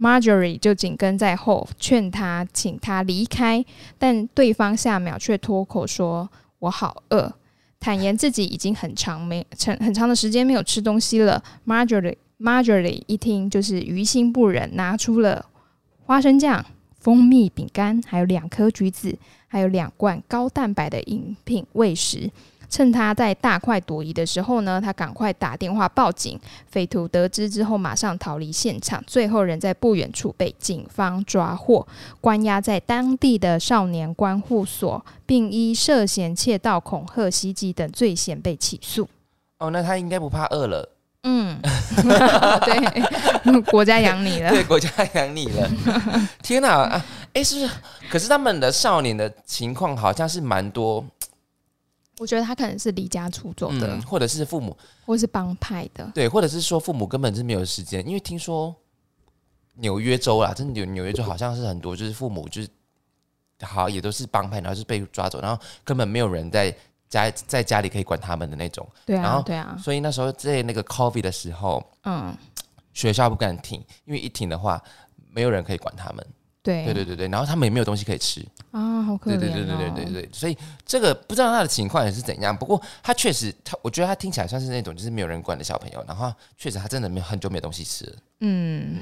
[SPEAKER 1] Marjorie 就紧跟在后，劝他，请他离开，但对方下秒却脱口说：“我好饿。”坦言自己已经很长没很很长的时间没有吃东西了。Marjorie Marjorie 一听就是于心不忍，拿出了花生酱、蜂蜜饼干，还有两颗橘子，还有两罐高蛋白的饮品喂食。趁他在大快朵颐的时候呢，他赶快打电话报警。匪徒得知之后，马上逃离现场，最后人在不远处被警方抓获。关押在当地的少年关护所，并依涉嫌窃盗、恐吓、袭击等罪嫌被起诉。
[SPEAKER 2] 哦，那他应该不怕饿了，
[SPEAKER 1] 嗯， 对，国家养你了。
[SPEAKER 2] 对，国家养你了。 天哪、啊，哎、是不是？可是他们的少年的情况好像是蛮多，
[SPEAKER 1] 我觉得他可能是离家出走的，
[SPEAKER 2] 嗯，或者是父母
[SPEAKER 1] 或是帮派的。
[SPEAKER 2] 对，或者是说父母根本是没有时间，因为听说纽约州啦，真的有纽约州好像是很多就是父母就是好也都是帮派，然后是被抓走，然后根本没有人在家在家里可以管他们的那种。
[SPEAKER 1] 对
[SPEAKER 2] 然
[SPEAKER 1] 啊
[SPEAKER 2] 后，
[SPEAKER 1] 对啊，
[SPEAKER 2] 所以那时候在那个 COVID 的时候，
[SPEAKER 1] 嗯，
[SPEAKER 2] 学校不敢停，因为一停的话没有人可以管他们。
[SPEAKER 1] 对
[SPEAKER 2] 对对对对，然后他们也没有东西可以吃，
[SPEAKER 1] 啊，好可怜、
[SPEAKER 2] 对
[SPEAKER 1] 哦。
[SPEAKER 2] 对对对对对对，所以这个不知道他的情况也是怎样，不过他确实，他我觉得他听起来像是那种就是没有人管的小朋友，然后确实他真的没有很久没有东西吃了。
[SPEAKER 1] 嗯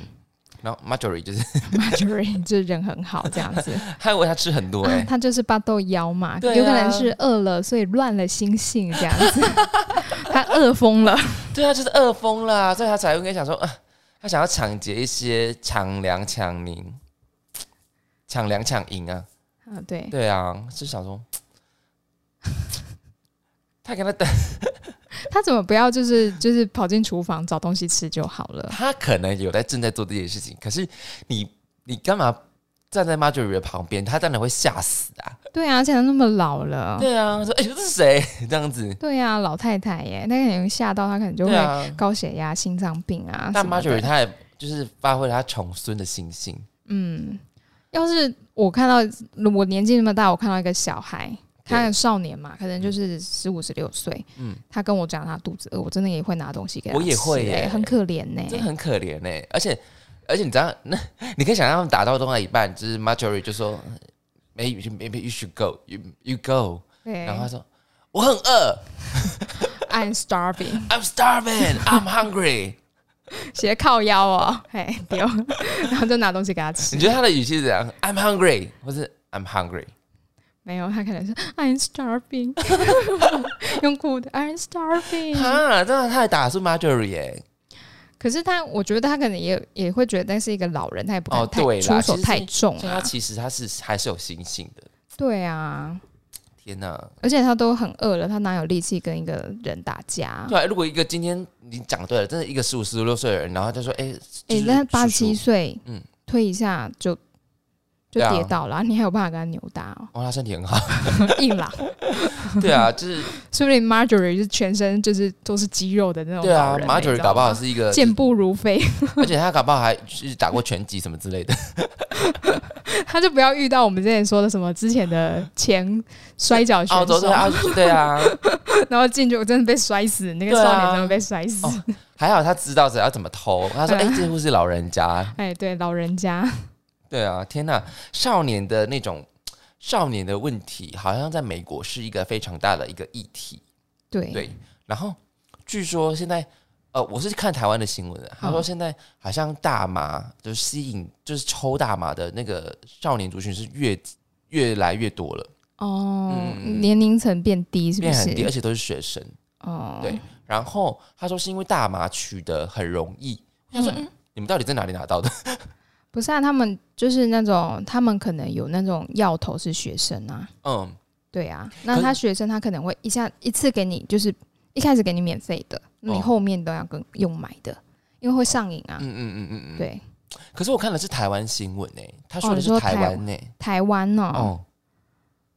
[SPEAKER 2] 然后 Marjorie 就是
[SPEAKER 1] ，Marjorie 这人很好，这样子，
[SPEAKER 2] 还以为他吃很多 哎、
[SPEAKER 1] 啊他就是巴豆腰嘛，
[SPEAKER 2] 对啊
[SPEAKER 1] 有可能是饿了，所以乱了心性这样子， 他饿疯了。
[SPEAKER 2] 对啊，就是饿疯了啊，所以他才会跟你讲说啊，他想要抢劫一些抢粮抢民，抢粮抢银啊，
[SPEAKER 1] 啊，对，
[SPEAKER 2] 对啊，就想说，他跟他等，
[SPEAKER 1] 他怎么不要就是就是跑进厨房找东西吃就好了？
[SPEAKER 2] 他可能有在正在做这件事情，可是你你干嘛站在 Marjorie 的旁边？他当然会吓死啊！
[SPEAKER 1] 对啊，而且他那么老了，
[SPEAKER 2] 对啊，说哎、这是谁？ 这样子，
[SPEAKER 1] 对啊，老太太耶，那个人吓到他，可能就
[SPEAKER 2] 对
[SPEAKER 1] 会
[SPEAKER 2] 啊。
[SPEAKER 1] 高血压、心脏病啊。
[SPEAKER 2] 但
[SPEAKER 1] 什么的
[SPEAKER 2] Marjorie 他也就是发挥了他重孙的心性，
[SPEAKER 1] 嗯，要是我看到我年纪那么大，我看到一个小孩，他
[SPEAKER 2] 对
[SPEAKER 1] 很少年嘛，可能就是十五、十六岁，
[SPEAKER 2] 嗯
[SPEAKER 1] 嗯，他跟我讲他肚子饿，我真的也会拿东西给他
[SPEAKER 2] 我也
[SPEAKER 1] 吃
[SPEAKER 2] 会
[SPEAKER 1] 欸
[SPEAKER 2] 耶
[SPEAKER 1] 很可怜呢、
[SPEAKER 2] 真的很可怜呢、欸而且而且你知道，那你可以想象他们打到动到一半，就是 Marjorie 就说 Maybe maybe you should go, you you go，
[SPEAKER 1] 对
[SPEAKER 2] 然后他说我很饿
[SPEAKER 1] ，I'm starving，
[SPEAKER 2] ，I'm starving, I'm hungry。
[SPEAKER 1] 斜靠腰哦，嘿丢， 然后就拿东西给他吃
[SPEAKER 2] 你。觉得他的语气是怎样？I'm hungry，或是 I'm hungry？
[SPEAKER 1] 没有，他可能是 I'm starving，用哭的 I'm starving。
[SPEAKER 2] 哈，真的，他还打出 Marjorie 耶、
[SPEAKER 1] 可是他，我觉得他可能也也会觉得那是一个老人，他也不
[SPEAKER 2] 哦
[SPEAKER 1] 敢太、
[SPEAKER 2] 对啦
[SPEAKER 1] 出
[SPEAKER 2] 其
[SPEAKER 1] 手
[SPEAKER 2] 实
[SPEAKER 1] 太
[SPEAKER 2] 是
[SPEAKER 1] 重
[SPEAKER 2] 所以他
[SPEAKER 1] 啊。
[SPEAKER 2] 其实他是还是有心性的。
[SPEAKER 1] 对啊，
[SPEAKER 2] 天哪！
[SPEAKER 1] 而且他都很饿了，他哪有力气跟一个人打架？
[SPEAKER 2] 对啊，如果一个今天你讲对了，真的一个十五、十六岁的人，然后他就说：“哎、
[SPEAKER 1] 诶，
[SPEAKER 2] 就是
[SPEAKER 1] 那八十
[SPEAKER 2] 叔叔
[SPEAKER 1] 七岁，
[SPEAKER 2] 嗯
[SPEAKER 1] 嗯，推一下就就
[SPEAKER 2] 对啊？
[SPEAKER 1] 跌倒了，你还有办法跟他扭打哦
[SPEAKER 2] 哦，他身体很好。
[SPEAKER 1] 硬朗，
[SPEAKER 2] 对啊，就是
[SPEAKER 1] 说不定 Marjorie 是全身就是都是肌肉的那种
[SPEAKER 2] 对
[SPEAKER 1] 老
[SPEAKER 2] 啊，
[SPEAKER 1] 人
[SPEAKER 2] 马九儿搞不好是一 个，
[SPEAKER 1] 健步如飞，
[SPEAKER 2] 而且他搞不好还就是打过拳击什么之类的。
[SPEAKER 1] 他就不要遇到我们之前说的什么之前的前摔跤 选
[SPEAKER 2] 澳洲
[SPEAKER 1] 手
[SPEAKER 2] 对，啊， 对啊，
[SPEAKER 1] 然后进去我真的被摔死，那个
[SPEAKER 2] 对啊
[SPEAKER 1] 少年真的被摔死
[SPEAKER 2] 哦。还好他知道要怎么偷。他
[SPEAKER 1] 啊
[SPEAKER 2] 说：“哎、这户是老人家。
[SPEAKER 1] 哎，对，老人家，”
[SPEAKER 2] 对啊，天哪，少年的那种少年的问题，好像在美国是一个非常大的一个议题。
[SPEAKER 1] 对
[SPEAKER 2] 对，然后据说现在，呃，我是看台湾的新闻的，他说
[SPEAKER 1] 嗯
[SPEAKER 2] 现在好像大麻就是吸引，就是抽大麻的那个少年族群是越越来越多了，
[SPEAKER 1] 哦，
[SPEAKER 2] 嗯
[SPEAKER 1] 年龄层变低是不
[SPEAKER 2] 变
[SPEAKER 1] 是？
[SPEAKER 2] 很低，而且都是学生。
[SPEAKER 1] 哦，
[SPEAKER 2] 对，然后他说是因为大麻取得很容易，
[SPEAKER 1] 他说嗯
[SPEAKER 2] 嗯你们到底在哪里拿 到的？
[SPEAKER 1] 不是啊，他们就是那种，他们可能有那种药头是学生啊，
[SPEAKER 2] 嗯，
[SPEAKER 1] 对啊，
[SPEAKER 2] 可
[SPEAKER 1] 那
[SPEAKER 2] 是
[SPEAKER 1] 他学生他可能会一下一次给你，就是一开始给你免费的，那你
[SPEAKER 2] 哦
[SPEAKER 1] 后面都要跟用买的，因为会上瘾啊。
[SPEAKER 2] 嗯嗯嗯嗯嗯。
[SPEAKER 1] 对，
[SPEAKER 2] 可是我看的是台湾新闻呢、欸他
[SPEAKER 1] 哦
[SPEAKER 2] 说的
[SPEAKER 1] 你
[SPEAKER 2] 是
[SPEAKER 1] 说
[SPEAKER 2] 台
[SPEAKER 1] 台
[SPEAKER 2] 湾呢、欸嗯
[SPEAKER 1] 台湾哦，
[SPEAKER 2] 哦，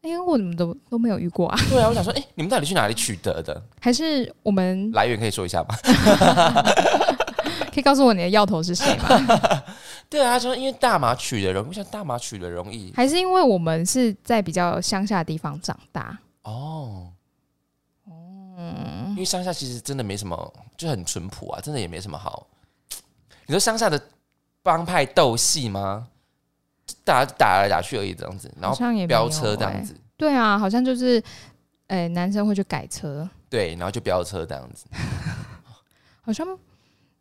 [SPEAKER 1] 哎、为我怎么都都没有遇过啊？
[SPEAKER 2] 对啊，我想说，哎、你们到底去哪里取得的？
[SPEAKER 1] 还是我们
[SPEAKER 2] 来源可以说一下吗？
[SPEAKER 1] 可以告诉我你的药头是谁吗？
[SPEAKER 2] 对啊，他说因为大麻取得容易，像大麻取得容易
[SPEAKER 1] 还是因为我们是在比较乡下的地方长大？
[SPEAKER 2] 哦，因
[SPEAKER 1] 嗯，
[SPEAKER 2] 为乡下其实真的没什么，就很淳朴啊，真的也没什么好。你说乡下的帮派斗戏吗？打打来打去而已，这样子，然
[SPEAKER 1] 好
[SPEAKER 2] 后
[SPEAKER 1] 像也没
[SPEAKER 2] 飙
[SPEAKER 1] 有
[SPEAKER 2] 车这
[SPEAKER 1] 欸
[SPEAKER 2] 样子，
[SPEAKER 1] 对啊，好像就是，哎、男生会去改车，
[SPEAKER 2] 对，然后就飙车这样子，
[SPEAKER 1] 好像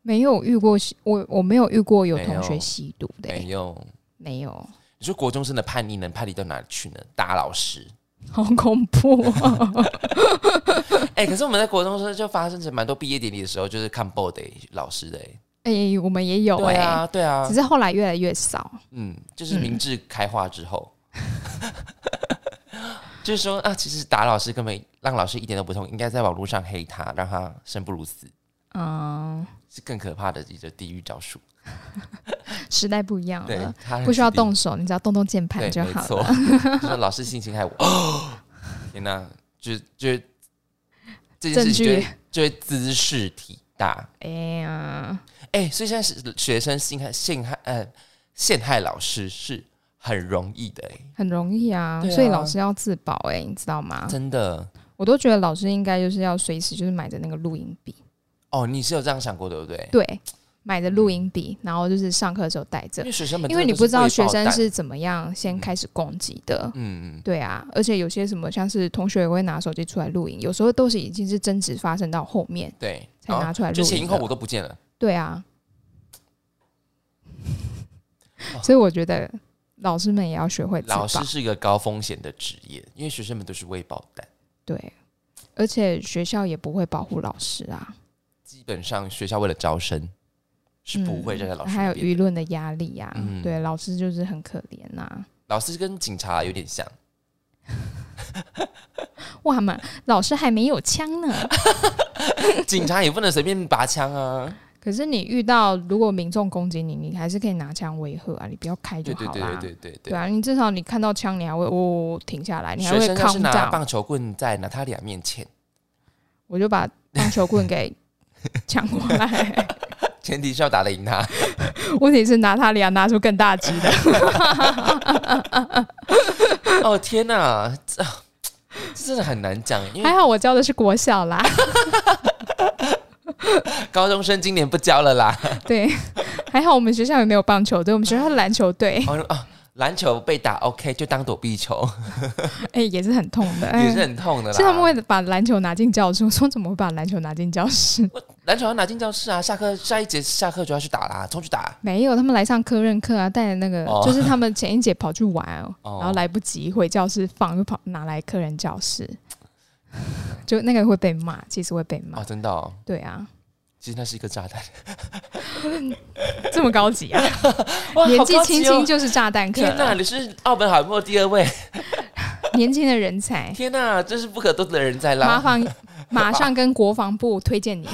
[SPEAKER 1] 没有遇过吸，我我没有遇过有
[SPEAKER 2] 没有
[SPEAKER 1] 同学吸毒的、欸
[SPEAKER 2] 没有。
[SPEAKER 1] 没有，
[SPEAKER 2] 你说国中生的叛逆能叛逆到哪里去呢？打老师，
[SPEAKER 1] 好恐怖、哦。
[SPEAKER 2] 哎、可是我们在国中生就发生着蛮多毕业典礼的时候，就是看 b o d y 老师的、欸，
[SPEAKER 1] 哎、我们也有
[SPEAKER 2] 对
[SPEAKER 1] 哎、
[SPEAKER 2] 啊，对啊
[SPEAKER 1] 只，是后来越来越少。
[SPEAKER 2] 嗯，就是明智开化之后， 就是说啊，其实打老师根本让老师一点都不痛，应该在网络上黑他，让他生不如死，
[SPEAKER 1] 嗯，
[SPEAKER 2] 是更可怕的一个地狱招数。
[SPEAKER 1] 时代不一样
[SPEAKER 2] 对
[SPEAKER 1] 了，，
[SPEAKER 2] 他
[SPEAKER 1] 不需要
[SPEAKER 2] 很地狱
[SPEAKER 1] 动手，你只要动动键盘
[SPEAKER 2] 对，
[SPEAKER 1] 就
[SPEAKER 2] 没
[SPEAKER 1] 好
[SPEAKER 2] 错
[SPEAKER 1] 了。。
[SPEAKER 2] 就说老师性侵害我，哦， 天哪，就就这件
[SPEAKER 1] 证
[SPEAKER 2] 事情就
[SPEAKER 1] 据
[SPEAKER 2] 会就会姿势体大。
[SPEAKER 1] 哎呀，
[SPEAKER 2] 哎、所以现在是学生性害陷害呃陷害老师是很容易的、欸，
[SPEAKER 1] 很容易啊，
[SPEAKER 2] 对啊
[SPEAKER 1] 所以老师要自保哎、你知道吗？
[SPEAKER 2] 真的。
[SPEAKER 1] 我都觉得老师应该就是要随时就是买着那个录音笔，
[SPEAKER 2] 哦，你是有这样想过对不对？
[SPEAKER 1] 对，买的录音笔，然后就是上课的时候带着
[SPEAKER 2] 因为，学生们
[SPEAKER 1] 因
[SPEAKER 2] 真的
[SPEAKER 1] 为你
[SPEAKER 2] 都
[SPEAKER 1] 不知道
[SPEAKER 2] 未
[SPEAKER 1] 学
[SPEAKER 2] 爆
[SPEAKER 1] 生
[SPEAKER 2] 弹，
[SPEAKER 1] 是怎么样先开始攻击的。
[SPEAKER 2] 嗯嗯，
[SPEAKER 1] 对啊，而且有些什么，像是同学也会拿手机出来录影，有时候都是已经是争执发生到后面
[SPEAKER 2] 对，
[SPEAKER 1] 才拿出来录
[SPEAKER 2] 哦就
[SPEAKER 1] 影。
[SPEAKER 2] 前因后果都不见了。
[SPEAKER 1] 对啊，
[SPEAKER 2] 哦
[SPEAKER 1] 所以我觉得老师们也要学会自
[SPEAKER 2] 老
[SPEAKER 1] 保
[SPEAKER 2] 师。是一个高风险的职业，因为学生们都是未爆弹，
[SPEAKER 1] 对，而且学校也不会保护老师啊，
[SPEAKER 2] 基本上学校为了招生是不会站在老师
[SPEAKER 1] 嗯还有
[SPEAKER 2] 那边
[SPEAKER 1] 舆
[SPEAKER 2] 的。
[SPEAKER 1] 论的压力啊。
[SPEAKER 2] 嗯
[SPEAKER 1] 对，老师就是很可怜呐、啊。
[SPEAKER 2] 老师跟警察有点像，
[SPEAKER 1] 哇嘛，老师还没有枪呢。
[SPEAKER 2] 警察也不能随便拔枪啊。
[SPEAKER 1] 可是你遇到如果民众攻击你，你还是可以拿枪威吓啊，你不要开就
[SPEAKER 2] 对对
[SPEAKER 1] 好啦。
[SPEAKER 2] 对对对对
[SPEAKER 1] 对啊，你至少你看到枪，你还会哦停下来，你还
[SPEAKER 2] 学
[SPEAKER 1] 会
[SPEAKER 2] 生要是
[SPEAKER 1] calm
[SPEAKER 2] 拿
[SPEAKER 1] down。
[SPEAKER 2] 棒球棍在拿他俩面前，
[SPEAKER 1] 我就把棒球棍给抢过来，
[SPEAKER 2] 前提是要打得赢他。
[SPEAKER 1] 问题是拿他俩拿出更大只的。
[SPEAKER 2] 哦天哪，这这真的很难讲，因为
[SPEAKER 1] 还好我教的是国小啦，
[SPEAKER 2] 高中生今年不教了啦。
[SPEAKER 1] 对，还好我们学校也没有棒球队，我们学校是篮球队，
[SPEAKER 2] 哦哦，篮球被打 OK 就当躲避球，
[SPEAKER 1] 哎、也是很痛的，哎
[SPEAKER 2] 也是很痛的啦。
[SPEAKER 1] 是他们会把篮球拿进教室，我说怎么会把篮球拿进教室？
[SPEAKER 2] 篮球要拿进教室啊，下课下一节下课就要去打啦，冲去打。
[SPEAKER 1] 没有，他们来上科任课啊，带着那个、
[SPEAKER 2] 哦
[SPEAKER 1] 就是他们前一节跑去玩、哦，
[SPEAKER 2] 哦
[SPEAKER 1] 然后来不及回教室放，又跑拿来客人教室， 就那个会被骂，其实会被骂。
[SPEAKER 2] 哦，真的、哦，
[SPEAKER 1] 对啊，
[SPEAKER 2] 其实那是一个炸弹。
[SPEAKER 1] 这么高级啊，
[SPEAKER 2] 哇
[SPEAKER 1] 年
[SPEAKER 2] 好
[SPEAKER 1] 纪
[SPEAKER 2] 高级
[SPEAKER 1] 轻
[SPEAKER 2] 哦
[SPEAKER 1] 轻就是炸弹客
[SPEAKER 2] 天哪，
[SPEAKER 1] 了，
[SPEAKER 2] 你是奥本海默第二位！
[SPEAKER 1] 年轻的人才。
[SPEAKER 2] 天哪，真是不可多得的人才
[SPEAKER 1] 麻
[SPEAKER 2] 啦！
[SPEAKER 1] 烦，马上跟国防部推荐你。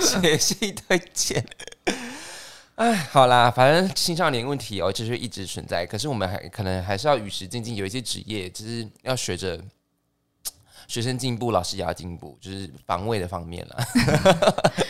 [SPEAKER 2] 谢谢推荐。 哎，好啦，反正青少年问题哦，就是一直存在。可是我们还可能还是要与时俱进，有一些职业就是要学着学生进步，老师也要进步，就是防卫的方面啦，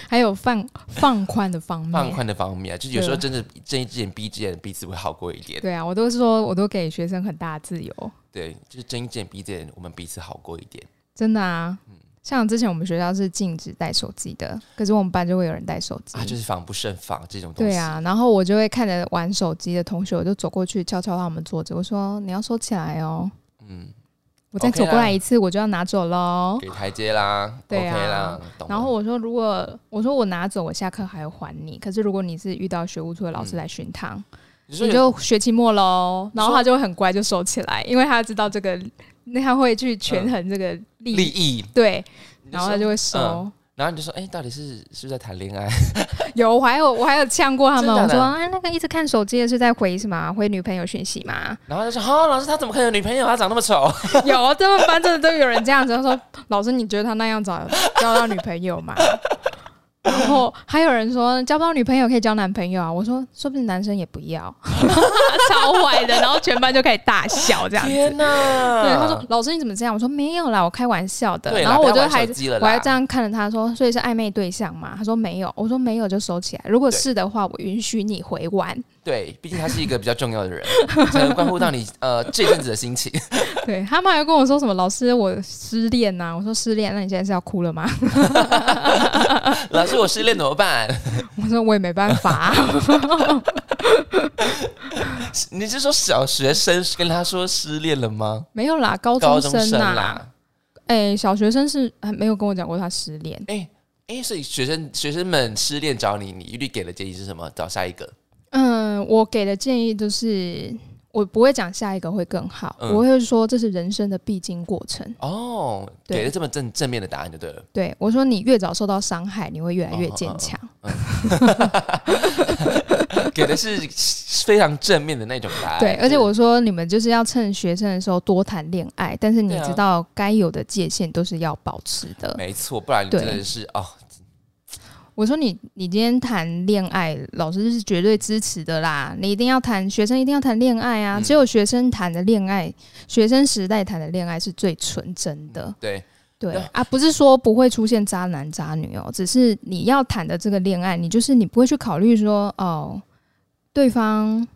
[SPEAKER 1] 还有放放宽的方面，
[SPEAKER 2] 放宽的方面啊，就是有时候真的睁一只眼闭一只眼，彼此会好过一点。
[SPEAKER 1] 对啊，我都说，我都给学生很大的自由，
[SPEAKER 2] 对，就是睁一只眼闭一只眼，我们彼此好过一点。
[SPEAKER 1] 真的啊。
[SPEAKER 2] 嗯
[SPEAKER 1] 像之前我们学校是禁止带手机的，可是我们班就会有人带手机。
[SPEAKER 2] 啊，就是防不胜防这种东西。
[SPEAKER 1] 对啊，然后我就会看着玩手机的同学，我就走过去敲敲他们桌子，我说：“你要收起来哦，
[SPEAKER 2] 嗯，
[SPEAKER 1] 我再
[SPEAKER 2] OK
[SPEAKER 1] 走过
[SPEAKER 2] 啦
[SPEAKER 1] 来一次，我就要拿走喽。
[SPEAKER 2] 给台阶啦
[SPEAKER 1] 对啊
[SPEAKER 2] o k 啦，懂了
[SPEAKER 1] 然后我说：“如果我说我拿走，我下课还要还你。可是如果你是遇到学务处的老师来巡堂，
[SPEAKER 2] 你说
[SPEAKER 1] 你
[SPEAKER 2] 有
[SPEAKER 1] 就学期末喽。”然后
[SPEAKER 2] 嗯说
[SPEAKER 1] 他就会很乖，就收起来，因为他知道这个，那他会去权衡这个利
[SPEAKER 2] 利益，
[SPEAKER 1] 对，
[SPEAKER 2] 你
[SPEAKER 1] 然后他
[SPEAKER 2] 说
[SPEAKER 1] 就会收。
[SPEAKER 2] 嗯然后你就说，哎、到底是是不是在谈恋爱？
[SPEAKER 1] 有，我还有我还有呛过他们，
[SPEAKER 2] 真的
[SPEAKER 1] 我
[SPEAKER 2] 假的
[SPEAKER 1] 说啊，那个一直看手机的是在回什么啊？回女朋友讯息吗？
[SPEAKER 2] 然后他就说，哦，老师他怎么可能有女朋友？他长那么 丑，
[SPEAKER 1] 有，他们班真的都有人这样子，他说老师，你觉得他那样找交到女朋友吗？然后还有人说交不到女朋友可以交男朋友啊，我说说不定男生也不要， 超坏的，然后全班就开始大笑这样子。
[SPEAKER 2] 天哪！
[SPEAKER 1] 对，他说老师你怎么这样？我说没有啦，我开玩笑的。
[SPEAKER 2] 对啦，
[SPEAKER 1] 然后我
[SPEAKER 2] 不
[SPEAKER 1] 就
[SPEAKER 2] 要玩
[SPEAKER 1] 还
[SPEAKER 2] 手机了
[SPEAKER 1] 我
[SPEAKER 2] 啦，
[SPEAKER 1] 还这样看着他说，所以是暧昧对象嘛？他说没有，我说没有就收起来。如果
[SPEAKER 2] 对
[SPEAKER 1] 是的话，我允许你回玩。
[SPEAKER 2] 对，毕竟他是一个比较重要的人， 才能关乎到你呃这阵子的心情。
[SPEAKER 1] 对他们还跟我说什么老师我失恋呐、我说失恋，那你现在是要哭了吗？
[SPEAKER 2] 老师，我失恋怎么办？
[SPEAKER 1] 我说我也没办法、啊
[SPEAKER 2] 你是说小学生跟他说失恋了吗？
[SPEAKER 1] 没有啦，高
[SPEAKER 2] 高
[SPEAKER 1] 中
[SPEAKER 2] 中
[SPEAKER 1] 生
[SPEAKER 2] 生
[SPEAKER 1] 呐、
[SPEAKER 2] 啦，
[SPEAKER 1] 哎、小学生是还没有跟我讲过他失恋。
[SPEAKER 2] 哎、哎、所以学生学生们失恋找你，你一律给的建议是什么？找下一个。
[SPEAKER 1] 嗯，我给的建议就是。我不会讲下一个会更好，
[SPEAKER 2] 嗯
[SPEAKER 1] 我会说这是人生的必经过程。
[SPEAKER 2] 哦，
[SPEAKER 1] 对
[SPEAKER 2] 给了这么正正面的答案就对了。
[SPEAKER 1] 对我说，你越早受到伤害，你会越来越
[SPEAKER 2] 哦哦
[SPEAKER 1] 坚
[SPEAKER 2] 哦
[SPEAKER 1] 强。
[SPEAKER 2] 给的是非常正面的那种答案。
[SPEAKER 1] 对，而且我说你们就是要趁学生的时候多谈恋爱，但是你
[SPEAKER 2] 对啊
[SPEAKER 1] 知道该有的界限都是要保持的。
[SPEAKER 2] 没错，不然你
[SPEAKER 1] 对
[SPEAKER 2] 真的是哦，
[SPEAKER 1] 我说你你今天谈恋爱，老师是绝对支持的啦，你一定要谈，学生一定要谈恋爱啊！
[SPEAKER 2] 嗯
[SPEAKER 1] 只有学生谈的恋爱，学生时代谈的恋爱是最纯真的。
[SPEAKER 2] 嗯对
[SPEAKER 1] 对
[SPEAKER 2] 那
[SPEAKER 1] 啊，不是说不会出现渣男渣女哦，只是你要谈的这个恋爱，你就是你不会去考虑说哦，对方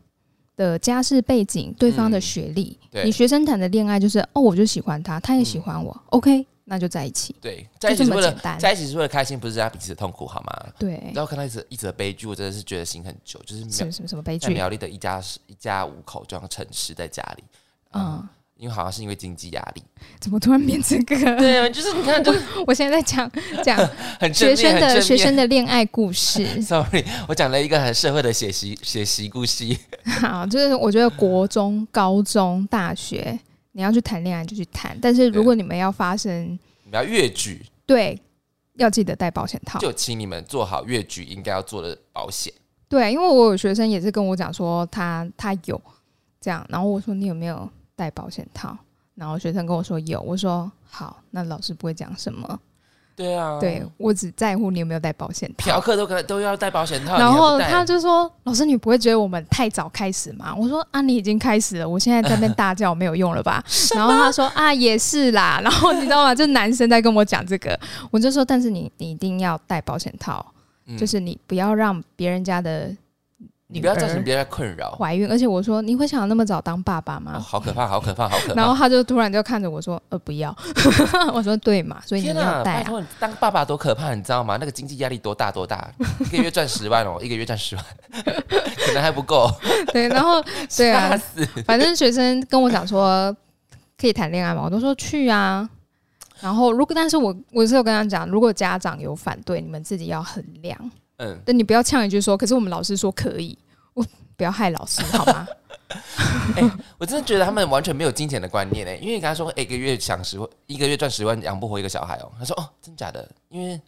[SPEAKER 1] 的家世背景、对方的
[SPEAKER 2] 嗯
[SPEAKER 1] 学历。
[SPEAKER 2] 对嗯
[SPEAKER 1] 你学生谈的恋爱就是哦，我就喜欢他，他也喜欢我、o k 那就在一起。
[SPEAKER 2] 对，在
[SPEAKER 1] 就
[SPEAKER 2] 一
[SPEAKER 1] 这
[SPEAKER 2] 起是
[SPEAKER 1] 么
[SPEAKER 2] 为
[SPEAKER 1] 简
[SPEAKER 2] 了
[SPEAKER 1] 单。
[SPEAKER 2] 在一起是为了开心，不是大家彼此的痛苦好吗？
[SPEAKER 1] 对
[SPEAKER 2] 然，后看到一则一则悲剧，我真的是觉得心很久，就是
[SPEAKER 1] 什
[SPEAKER 2] 苗
[SPEAKER 1] 么什么什么悲
[SPEAKER 2] 在
[SPEAKER 1] 剧？
[SPEAKER 2] 苗栗的一家是一家五口这样沉尸在家里，嗯，
[SPEAKER 1] 嗯，
[SPEAKER 2] 因为好像是因为经济压 力。
[SPEAKER 1] 怎么突然变这个？
[SPEAKER 2] 对啊，就是你看，就
[SPEAKER 1] 我现在在 讲讲
[SPEAKER 2] 很正
[SPEAKER 1] 学生
[SPEAKER 2] 面，很
[SPEAKER 1] 的
[SPEAKER 2] 正
[SPEAKER 1] 学
[SPEAKER 2] 面
[SPEAKER 1] 生的恋爱故事。
[SPEAKER 2] Sorry，我讲了一个很社会的写习写习故事，
[SPEAKER 1] 好，就是我觉得国中、高中、大学，你要去谈恋爱就去谈，但是如果你们要发生
[SPEAKER 2] 你们要越剧，
[SPEAKER 1] 对，要记得带保险套。
[SPEAKER 2] 就请你们做好越剧应该要做的保险。
[SPEAKER 1] 对，因为我有学生也是跟我讲说他他有这样，然后我说你有没有带保险套？然后学生跟我说有，我说好，那老师不会讲什么，
[SPEAKER 2] 对啊，
[SPEAKER 1] 对，我只在乎你有没有带保险套
[SPEAKER 2] 嫖。客都可都要戴保险套，
[SPEAKER 1] 然
[SPEAKER 2] 啊你还不
[SPEAKER 1] 后
[SPEAKER 2] 戴
[SPEAKER 1] 他就说：“老师，你不会觉得我们太早开始吗？”我说：“啊，你已经开始了，我现在在那边大叫没有用了吧？”然后他说：“啊，也是啦。”然后你知道吗？就男生在跟我讲这个，我就说：“但是你你一定要戴保险套，
[SPEAKER 2] 嗯
[SPEAKER 1] 就是你不要让别人家的
[SPEAKER 2] 你
[SPEAKER 1] 女
[SPEAKER 2] 不要造成
[SPEAKER 1] 儿
[SPEAKER 2] 别人的困扰，
[SPEAKER 1] 怀孕。”而且我说：“你会想要那么早当爸爸
[SPEAKER 2] 哦，
[SPEAKER 1] 吗
[SPEAKER 2] 好可怕，好可怕，好可？”
[SPEAKER 1] 然后
[SPEAKER 2] 怕！
[SPEAKER 1] 他就突然就看着我说：“呃，不要。” 我说：“对嘛，所以你
[SPEAKER 2] 天
[SPEAKER 1] 要戴
[SPEAKER 2] 拜
[SPEAKER 1] 啊。
[SPEAKER 2] 托，你当爸爸多可怕，你知道吗？那个经济压力多大多大？一个月赚十万哦，一个月赚十万， 可能还不够，”
[SPEAKER 1] 对，然后对啊
[SPEAKER 2] 吓，死！
[SPEAKER 1] 反正学生跟我讲说 可以谈恋爱嘛，我都说去啊。然后如果，但是我我是有跟他讲，如果家长有反对，你们自己要衡量。
[SPEAKER 2] 嗯，
[SPEAKER 1] 但你不要呛一句说，可是我们老师说可以，我不要害老师好吗？
[SPEAKER 2] 我真的觉得他们完全没有金钱的观念呢，因为你跟他说、欸、一个月想十万，一个月赚十万养不活一个小孩哦，他说哦，真假的？因为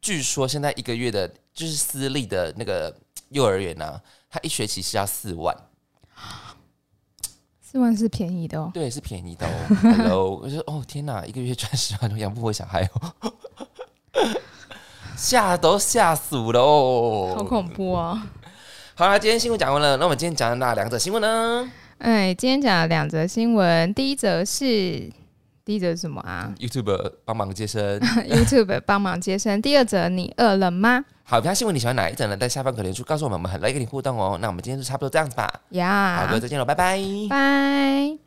[SPEAKER 2] 据说现在一个月的，就是私立的那个幼儿园呢、啊，他一学期是要四万，
[SPEAKER 1] 四万 是便宜的哦，
[SPEAKER 2] 对，是便宜的哦。Hello，我就说 哦天哪，一个月赚十万都养不活小孩哦， 吓都吓死了哦，
[SPEAKER 1] 好恐怖哦！
[SPEAKER 2] 好啦，今天新闻讲完了，那我们今天讲的哪两则新闻呢
[SPEAKER 1] 哎，今天讲了两则新闻，第一则是第一则是什么啊
[SPEAKER 2] ？YouTube 帮忙接生。
[SPEAKER 1] ？YouTube 帮忙接生。第二则，你饿了吗？
[SPEAKER 2] 好，其他新闻你喜欢哪一则呢？在下方可留言区告诉我们，我们很乐意跟你互动哦。那我们今天就差不多这样子吧，
[SPEAKER 1] 呀、
[SPEAKER 2] 好，各位再见了，拜拜
[SPEAKER 1] 拜。